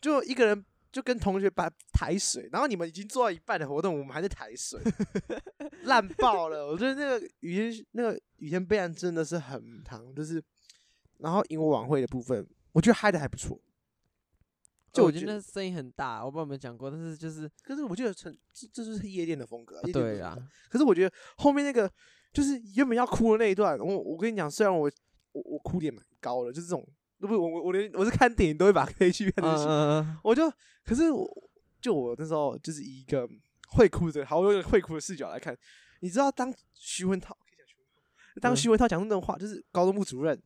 Speaker 1: 就一个人就跟同学把抬水，然后你们已经做到一半的活动，我们还在抬 水，烂爆了。我觉得那个雨天那个雨天备案真的是很长，就是然后萤火晚会的部分，我觉得嗨的还不错。就
Speaker 2: 就
Speaker 1: 我
Speaker 2: 哦我觉
Speaker 1: 觉
Speaker 2: 得
Speaker 1: 得，
Speaker 2: 那声音很大，我不知道有没有讲过，但是就是、啊
Speaker 1: 可是我觉得成这这就是夜店的风格啊、夜店
Speaker 2: 对
Speaker 1: 的
Speaker 2: 啊，
Speaker 1: 可是我觉得后面那个就是原本要哭的那一段，我我跟你讲，虽然我我我哭点蛮高的，就是这种，不是我我我连我是看电影都会把黑去看
Speaker 2: 嗯
Speaker 1: 的戏，
Speaker 2: 嗯嗯
Speaker 1: 我就可是我就我那时候就是以一个会哭的，好我用会哭的视角来看，你知道当徐文涛可以讲徐文涛当
Speaker 2: 嗯
Speaker 1: 徐文涛讲出那种话，就是高中部主任。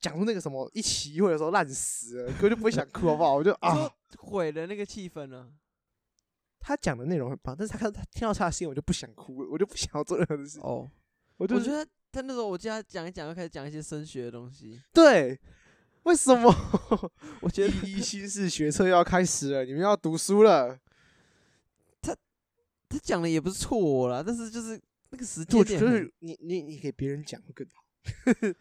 Speaker 1: 讲出那个什么一起一会的时候烂死了，我就不会想哭，好不好？我 就啊，
Speaker 2: 毁了那个气 氛了、
Speaker 1: 他讲的内容很棒，但是他看他听到他的新闻，我就不想哭了，我就不想要做任何的事情。
Speaker 2: 哦，
Speaker 1: 我就
Speaker 2: 我
Speaker 1: 是
Speaker 2: 觉得他那时候我记得他讲一讲，又开始讲一些升学的东西，
Speaker 1: 对，为什 么？
Speaker 2: 我觉得
Speaker 1: 一一新式学测要开始了，你们要读书了。
Speaker 2: 他讲的也不是错啦，但是就是那个时
Speaker 1: 就
Speaker 2: 间
Speaker 1: 就
Speaker 2: 点很，
Speaker 1: 是你你你给别人讲会更好。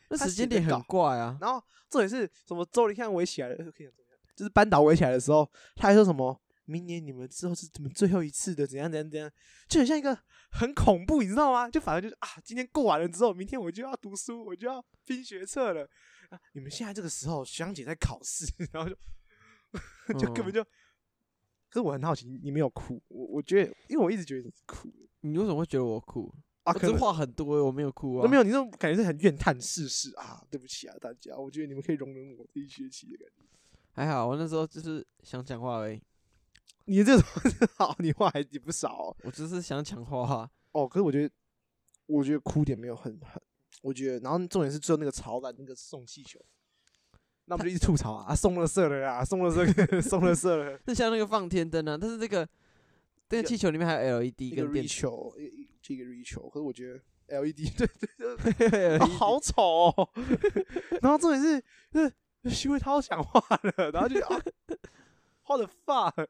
Speaker 2: 那
Speaker 1: 他
Speaker 2: 时
Speaker 1: 写
Speaker 2: 间
Speaker 1: 得
Speaker 2: 点很
Speaker 1: 稿
Speaker 2: 怪啊，
Speaker 1: 然后重点是什么？周林汉围起来了，呃可以讲周林汉就是班导围起来的时候，他还说什么？明年你们之后是你们最后一次的，怎样怎样怎样，就很像一个很恐怖，你知道吗？就反正就是啊，今天过完了之后，明天我就要读书，我就要拼学测了。啊、你们现在这个时候，学长姐在考试， 然后就 就根本
Speaker 2: 嗯
Speaker 1: 就。可是我很好奇，你你没有哭，我我觉得，因为我一直觉得你是哭的
Speaker 2: 你为什么会觉得我哭？
Speaker 1: 啊，
Speaker 2: 我
Speaker 1: 可
Speaker 2: 只
Speaker 1: 能
Speaker 2: 哦话很多欸、我没有哭啊，
Speaker 1: 都没有，你这种感觉是很怨叹世事啊，对不起啊，大家，我觉得你们可以容忍我这一学期的感觉。
Speaker 2: 还好，我那时候就是想讲话而已，
Speaker 1: 你这种 好，你话还也不少哦
Speaker 2: 我只是想讲话啊、
Speaker 1: 哦。可是我觉得，我觉得哭点没有很很，我觉得，然后重点是最后那个潮男那个送气球，那我们就一直吐槽啊，啊送垃圾了啊，送垃圾， 送垃圾了，
Speaker 2: 那像那个放天灯啊，但是这个这
Speaker 1: 一
Speaker 2: 个
Speaker 1: 个
Speaker 2: 气球里面还有 LED
Speaker 1: 一个
Speaker 2: 跟电
Speaker 1: re 球，一一这个 re 球，可是我觉得 E LED 对对对，
Speaker 2: 池，
Speaker 1: 哦好丑哦。然后重点是，就是徐伟涛讲话了，然后就啊，what the fuck，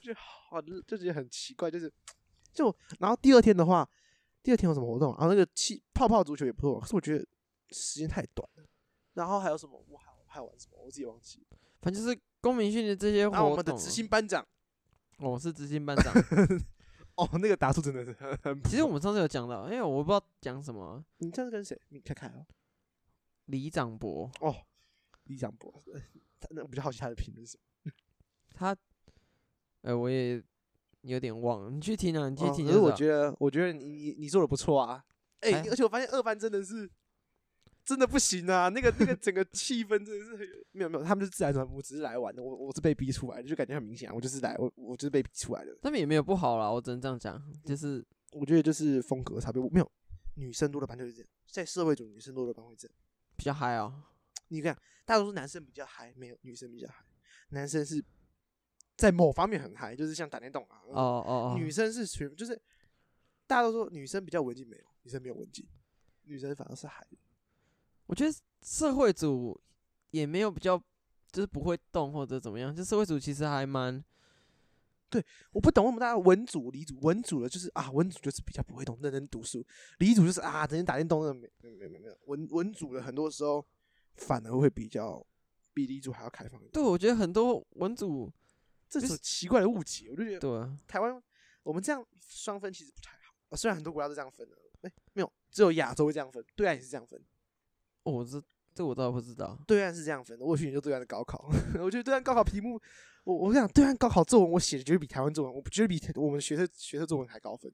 Speaker 1: 就好，就觉得很奇怪，就是就然后第二天的话，第二天有什么活动？啊然后那个气泡泡足球也不错，可是我觉得时间太短了。然后还有什么？我还还玩什么？我自己忘记了。
Speaker 2: 反正就是公民训练这些活
Speaker 1: 然
Speaker 2: 动
Speaker 1: 后
Speaker 2: 啊。
Speaker 1: 我们的执行班长，
Speaker 2: 我是执行 班长。
Speaker 1: 哦，那个打数真的是很很不
Speaker 2: 其实我们上次有讲到，因为我不知道讲什么，
Speaker 1: 你这样跟谁？你看看哦，
Speaker 2: 李长博
Speaker 1: 李长博，呃他那我比较好奇他的评论是什么。
Speaker 2: 他，呃，我也有点忘了，你去听啊，你去
Speaker 1: 哦
Speaker 2: 听
Speaker 1: 可
Speaker 2: 就是知
Speaker 1: 我
Speaker 2: 道
Speaker 1: 觉得，我觉得你你你做的不错啊。哎、
Speaker 2: 还好
Speaker 1: 而且我发现二班真的是真的不行啊，那个那个整个气氛真的是很没有没有，他们是自然传播，只是来玩的。我我是被逼出来的，就感觉很明显啊，我就是来我我就是被逼出来的。
Speaker 2: 他们也没有不好啦，我只能这样讲，
Speaker 1: 嗯
Speaker 2: 就是
Speaker 1: 我觉得就是风格差别，我没有女生多的班就是这样，在社会组女生多的班会这样。
Speaker 2: 比较嗨哦。
Speaker 1: 你看，大多数男生比较嗨，没有女生比较嗨，男生是在某方面很嗨，就是像打电动啊，
Speaker 2: 哦哦
Speaker 1: 女
Speaker 2: 哦，
Speaker 1: 生是全就是大家都说女生比较文静，没有女生没有文静，女生反而是海。
Speaker 2: 我觉得社会组也没有比较，就是不会动或者怎么样，就社会组其实还蛮
Speaker 1: 我不懂为什么大家文组、理组，文组的就是啊，文组就是比较不会动，认真读书；理组就是啊，整天打电动，那没没没没没有。文文组的很多时候反而会比较比理组还要开放一点，
Speaker 2: 对，我觉得很多文组
Speaker 1: 这
Speaker 2: 就是
Speaker 1: 种奇怪的误解，我就觉得
Speaker 2: 对啊
Speaker 1: 台湾我们这样双分其实不太好、啊虽然很多国家都这样分的，哎、没有，只有亚洲会这样分，对啊岸也是这样分。
Speaker 2: 哦我这这我倒不知道，
Speaker 1: 对岸是这样分的，我有去研究对岸的高考， 我觉得对岸高考题目，我我想对岸高考作文我写的绝对比台湾作文，我绝对比我们学生学生作文还高分。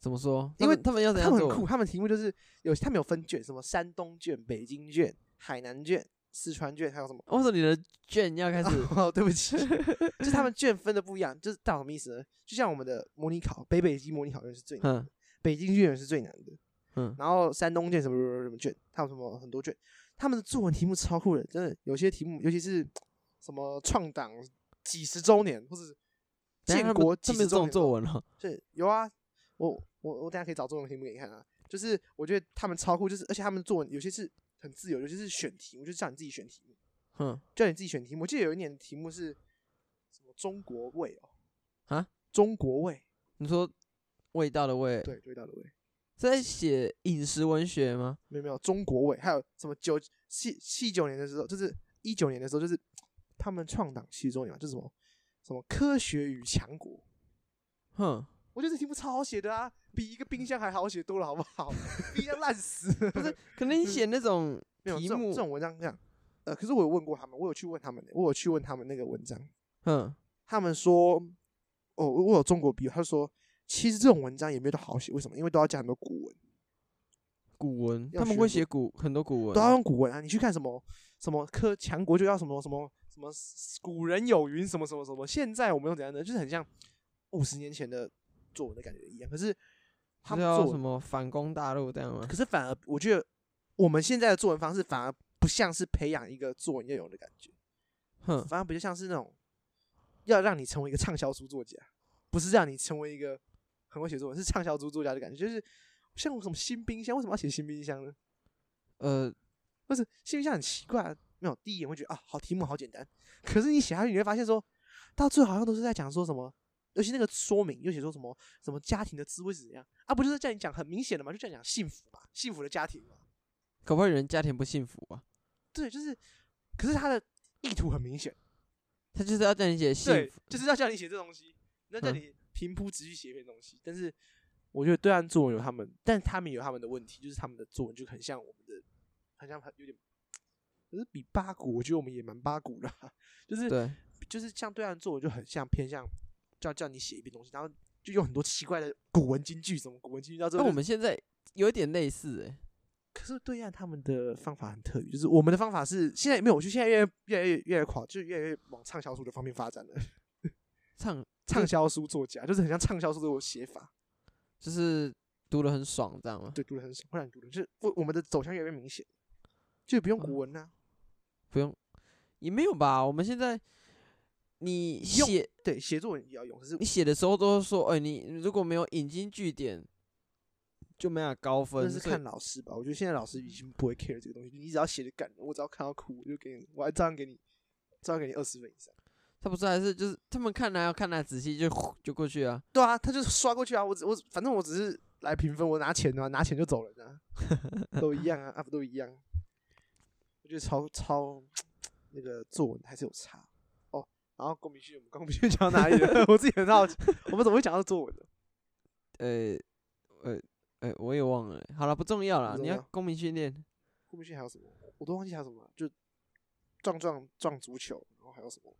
Speaker 2: 怎么说？
Speaker 1: 因
Speaker 2: 他
Speaker 1: 为
Speaker 2: 们他们要怎
Speaker 1: 他
Speaker 2: 样
Speaker 1: 们
Speaker 2: 做
Speaker 1: 很？酷，他们题目就是有他们有分卷，什么山东卷、北京卷、海南卷、四川卷，还有什么？
Speaker 2: 为什么你的卷要开始？
Speaker 1: 哦，对不起，就是他们卷分的不一样，就是到底什么意思呢？就像我们的模拟考，北北京模拟考卷是最难，
Speaker 2: 嗯
Speaker 1: 北京卷是最难的，
Speaker 2: 嗯，
Speaker 1: 然后山东卷什么什么什么卷，还有什么很多卷，他们的作文题目超酷的，真的有些题目，尤其是什么创党几十周年或者是
Speaker 2: 等一下
Speaker 1: 建
Speaker 2: 他们
Speaker 1: 国
Speaker 2: 他
Speaker 1: 几
Speaker 2: 们有
Speaker 1: 十
Speaker 2: 这
Speaker 1: 周年
Speaker 2: 种
Speaker 1: 的
Speaker 2: 作文哦，
Speaker 1: 是有啊，我我我等下可以找中文题目给你看啊。就是我觉得他们超酷，就是而且他们作文有些是很自由，有些是选题目，就是叫你自己选题目，
Speaker 2: 哼，
Speaker 1: 叫你自己选题目。我记得有一年的题目是什么中国味哦，
Speaker 2: 啊，
Speaker 1: 中国味，
Speaker 2: 你说味道的味，
Speaker 1: 对，味道的味，
Speaker 2: 是在写饮食文学吗？
Speaker 1: 没有没有中国味，还有什么九七七九年的时候，就是一九年的时候，就是他们创党七十周年嘛，就是什么什么科学与强国，
Speaker 2: 哼，
Speaker 1: 我觉得这题目超好写的啊，比一个冰箱还好写多了，好不好？冰箱烂死了，不是
Speaker 2: 可能你写那种
Speaker 1: 没有
Speaker 2: 题
Speaker 1: 这种
Speaker 2: 目
Speaker 1: 这种文章这样。呃，可是我有问过他们，我有去问他们的，我有去问他们那个文章，
Speaker 2: 哼，
Speaker 1: 他们说，哦，我我有中国笔友，他说其实这种文章也没有多好写，为什么？因为都要讲很多古文，
Speaker 2: 古文，
Speaker 1: 要
Speaker 2: 他
Speaker 1: 学
Speaker 2: 们会
Speaker 1: 古
Speaker 2: 写古很多古文
Speaker 1: 都要
Speaker 2: 哦，
Speaker 1: 用古文啊。你去看什么什么科强国就要什么什么什么古人有云什么什么什么，现在我们又怎样呢？就是很像五十年前的作文的感觉一样。可是他
Speaker 2: 啊是
Speaker 1: 们
Speaker 2: 要
Speaker 1: 作
Speaker 2: 什
Speaker 1: 文，
Speaker 2: 么反攻大陆这样吗
Speaker 1: 可？是反而我觉得我们现在的作文方式反而不像是培养一个作文要有的感觉。
Speaker 2: 哼，
Speaker 1: 反而比较像是那种要让你成为一个畅销书作家，不是让你成为一个很会写作文，是畅销书作家的感觉。就是像什么新冰箱，为什么要写新冰箱呢？
Speaker 2: 呃，
Speaker 1: 不是新冰箱很奇怪啊，没有第一眼会觉得啊，好题目好简单，可是你写下去你会发现说，到最后好像都是在讲说什么。尤其那个说明，又写说什么什么家庭的滋味是怎样啊？不就是叫你讲很明显的嘛，就叫你讲幸福嘛，幸福的家庭嘛。
Speaker 2: 搞不好有人家庭不幸福啊，
Speaker 1: 对，就是，可是他的意图很明显，
Speaker 2: 他就是要叫你写幸
Speaker 1: 对
Speaker 2: 福，，
Speaker 1: 就是要叫你写这东西，那叫
Speaker 2: 嗯
Speaker 1: 你平铺直叙写一篇东西。但是我觉得对岸作文有他们，但他们有他们的问题，就是他们的作文就很像我们的，很像很有点，可是比八股，我觉得我们也蛮八股的啊、就是
Speaker 2: 对，
Speaker 1: 就是像对岸作文就很像偏向叫叫你写一篇东西，然后就用很多奇怪的古文金句，什么古文金句到最
Speaker 2: 那
Speaker 1: 后
Speaker 2: 我
Speaker 1: 就是
Speaker 2: 们现在有点类似哎，
Speaker 1: 可是对岸他们的方法很特别，就是我们的方法是现在没有，我觉得现在越来越越来越越来越垮，就越来越往畅销书的方面发展了。
Speaker 2: 唱
Speaker 1: 畅销书作家就是很像畅销书的写法，
Speaker 2: 就是读的很爽这样啊吗？
Speaker 1: 对，读的很少，会让你读的，就是我我们的走向越来越明显，就不用古文啦、啊
Speaker 2: 不用，也没有吧，我们现在你
Speaker 1: 用
Speaker 2: 写
Speaker 1: 对，写作文也要用，可是
Speaker 2: 你写的时候都是说，哎、你你如果没有引经据典，就没法高分，
Speaker 1: 但是
Speaker 2: 所以
Speaker 1: 看老师吧，我觉得现在老师已经不会 care 这个东西，你只要写的感人，我只要看到哭，我就给你，我还照样给你，照样给你二十分以上。
Speaker 2: 他不是还是就是他们看来要看来仔细就就过去啊，
Speaker 1: 对啊，他就刷过去啊，我只我反正我只是来评分，我拿钱啊，拿钱就走人啊，都一样啊，啊不都一样？我觉得超超那个作文还是有差哦。然后公民训，我们公民训讲到哪里了？ 我自己很好奇，我们怎么会讲到作文的？
Speaker 2: 呃呃呃，我也忘了欸、好了，不重要了，
Speaker 1: 重
Speaker 2: 你要
Speaker 1: 要
Speaker 2: 公民训练，
Speaker 1: 公民训还有什么？我都忘记还有什么了，就撞撞撞足球，然后还有什么？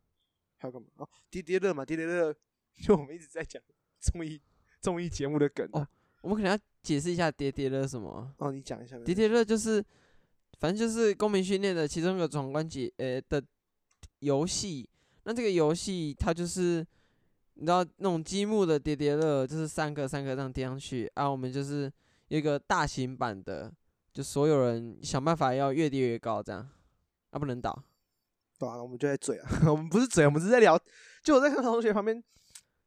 Speaker 1: 还有干嘛？哦，叠叠乐嘛，叠叠乐，就我们一直在讲综艺综艺节目的梗啊、
Speaker 2: 我们可能要解释一下叠叠乐是什么啊。
Speaker 1: 哦，你讲一下。
Speaker 2: 叠叠乐就是，反正就是公民训练的其中一个闯关节呃的游戏。那这个游戏它就是，你知道那种积木的叠叠乐，就是三个三个这样叠上去啊。我们就是有一个大型版的，就所有人想办法要越叠越高这样，啊不能倒。
Speaker 1: 对啊，我们就在嘴啊， 我们不是嘴，我们只是在聊。就我在看同学旁边，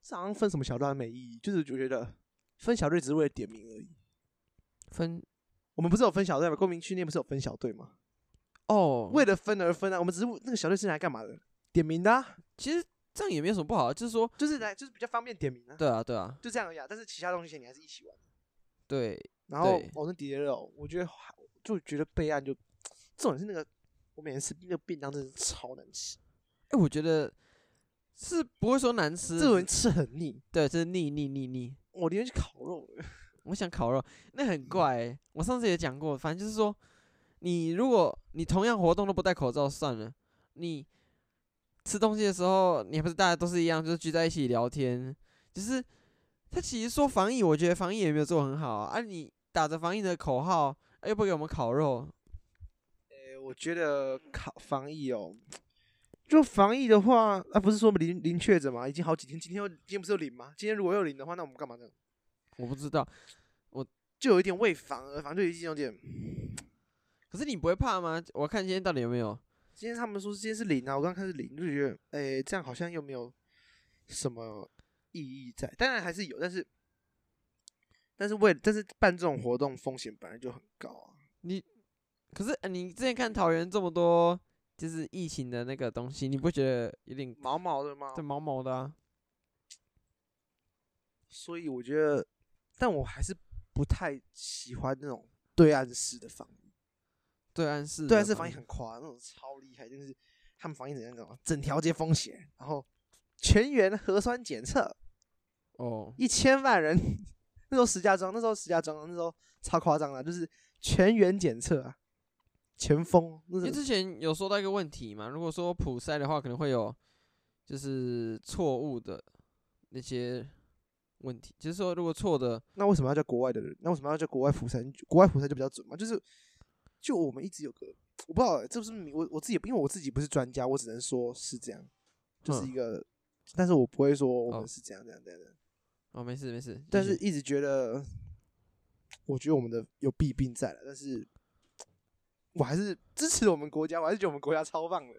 Speaker 1: 这好像分什么小队还没意义，就是我觉得分小队只是为了点名而已。
Speaker 2: 分
Speaker 1: 我们不是有分小队吗？公民训练不是有分小队吗？
Speaker 2: 哦，
Speaker 1: 为了分而分啊，我们只是为那个小队是拿来干嘛的？点名的、啊，
Speaker 2: 其实这样也没有什么不好，啊就是说，
Speaker 1: 就是来就是比较方便点名啊，
Speaker 2: 对啊对啊
Speaker 1: 就这样而已、啊。但是其他东西你还是一起玩。
Speaker 2: 对，
Speaker 1: 然后
Speaker 2: 对
Speaker 1: 我那迪热哦，我觉得还就觉得备案就，重点是那个我每天吃那个便当真的是超难吃，
Speaker 2: 哎、我觉得是不会说难吃，
Speaker 1: 这人吃很腻，
Speaker 2: 对，就是腻腻腻腻。
Speaker 1: 我宁愿去烤肉了。
Speaker 2: 我想烤肉，那很怪、欸。我上次也讲过，反正就是说，你如果你同样活动都不戴口罩算了，你吃东西的时候，你还不是大家都是一样，就是聚在一起聊天，就是他其实说防疫，我觉得防疫也没有做很好啊。啊你打着防疫的口号，啊、又不给我们烤肉，
Speaker 1: 呃我觉得考防疫哦，就防疫的话，啊，不是说零零确诊吗？已经好几天，今天又今天不是又零吗？今天如果又零的话，那我们干嘛呢？
Speaker 2: 我不知道。
Speaker 1: 就有一点为防而防，就已经有点。
Speaker 2: 可是你不会怕吗？我看今天到底有没有？
Speaker 1: 今天他们说今天是零啊，我刚开始零，就觉得，哎、这样好像又没有什么意义在。当然还是有，但是，但是为但是办这种活动风险本来就很高啊。
Speaker 2: 可是、呃你之前看桃园这么多就是疫情的那个东西，你不会觉得有点
Speaker 1: 毛毛的嘛，
Speaker 2: 这毛毛的啊？
Speaker 1: 所以我觉得，但我还是不太喜欢那种对岸式的防疫。
Speaker 2: 对岸是，
Speaker 1: 对啊，是防疫很夸张，那种超厉害，就是他们防疫怎样怎样，整条街封血，然后全员核酸检测，
Speaker 2: 哦，
Speaker 1: 一千万人。那时候石家庄，那时候石家庄，那时候超夸张的，啊就是全员检测啊，前锋那
Speaker 2: 因为
Speaker 1: 是
Speaker 2: 之前有说到一个问题嘛，如果说普筛的话，可能会有就是错误的那些问题，就是说如果错的，
Speaker 1: 那为什么要叫国外的人？那为什么要叫国外釜山？国外釜山就比较准嘛，就是就我们一直有个我不知道、欸，这不是迷我我自己，因为我自己不是专家，我只能说是这样，就是
Speaker 2: 哼
Speaker 1: 一个，但是我不会说我
Speaker 2: 哦
Speaker 1: 们是这样这样这样这样。
Speaker 2: 哦，没事没事，
Speaker 1: 但
Speaker 2: 继
Speaker 1: 是
Speaker 2: 续
Speaker 1: 一直觉得，我觉得我们的有弊病在了，但是我还是支持我们国家，我还是觉得我们国家超棒的。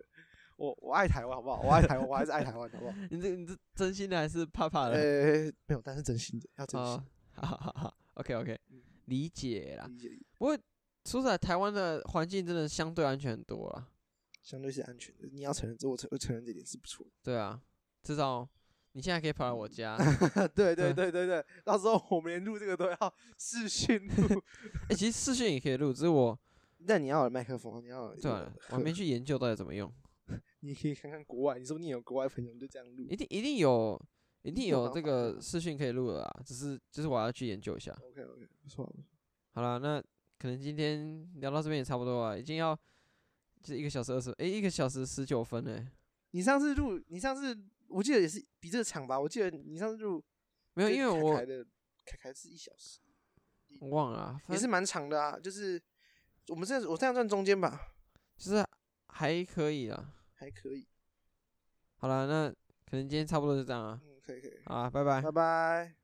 Speaker 1: 我我爱台湾，好不好？我爱台湾，我还是爱台湾，好不好？
Speaker 2: 你这你这真心的还是怕怕
Speaker 1: 呃、
Speaker 2: 的？
Speaker 1: 没有，但是真心的，要真心
Speaker 2: 哦， 啊好好好好，OK OK，理解啦。
Speaker 1: 理解，
Speaker 2: 说实在，台湾的环境真的相对安全很多啦，
Speaker 1: 相对是安全的。你要承认这，我承我承认这点是不错
Speaker 2: 对啊，至少你现在可以跑来我家。
Speaker 1: 的。对对
Speaker 2: 对
Speaker 1: 对对对，到时候我们连录这个都要 视讯 录。
Speaker 2: 哎、其实视讯也可以录，只 是我
Speaker 1: 但你要有麦克风，你要有
Speaker 2: 对、啊，我还没去研究到底怎么 用，
Speaker 1: 你可以看看国外，你说不定有国外朋友你就这样录
Speaker 2: 一。定一定有一定
Speaker 1: 定有
Speaker 2: 有
Speaker 1: 方
Speaker 2: 这
Speaker 1: 法的哦
Speaker 2: 个视讯可以录的啦，只是就是我要去研究一下。
Speaker 1: OK OK，不错。啊
Speaker 2: 好啦，那可能今天聊到这边也差不多啊了，已经要就是一个小时二十，诶，一个小时十九分欸嘞、
Speaker 1: 你上次录，你上次我记得也是比这个长吧？我记得你上次录
Speaker 2: 没有，
Speaker 1: 跟
Speaker 2: 因为
Speaker 1: 凯凯
Speaker 2: 我
Speaker 1: 的凯凯是一小时，
Speaker 2: 我忘了啊，
Speaker 1: 也
Speaker 2: 反
Speaker 1: 是
Speaker 2: 正
Speaker 1: 蛮长的啊。就是我们这样我这样算中间吧，
Speaker 2: 就是还可以啦。
Speaker 1: 还可以。
Speaker 2: 好啦，那可能今天差不多就这样啊，
Speaker 1: 嗯，可以可以，
Speaker 2: 好啦，拜拜。
Speaker 1: 拜拜。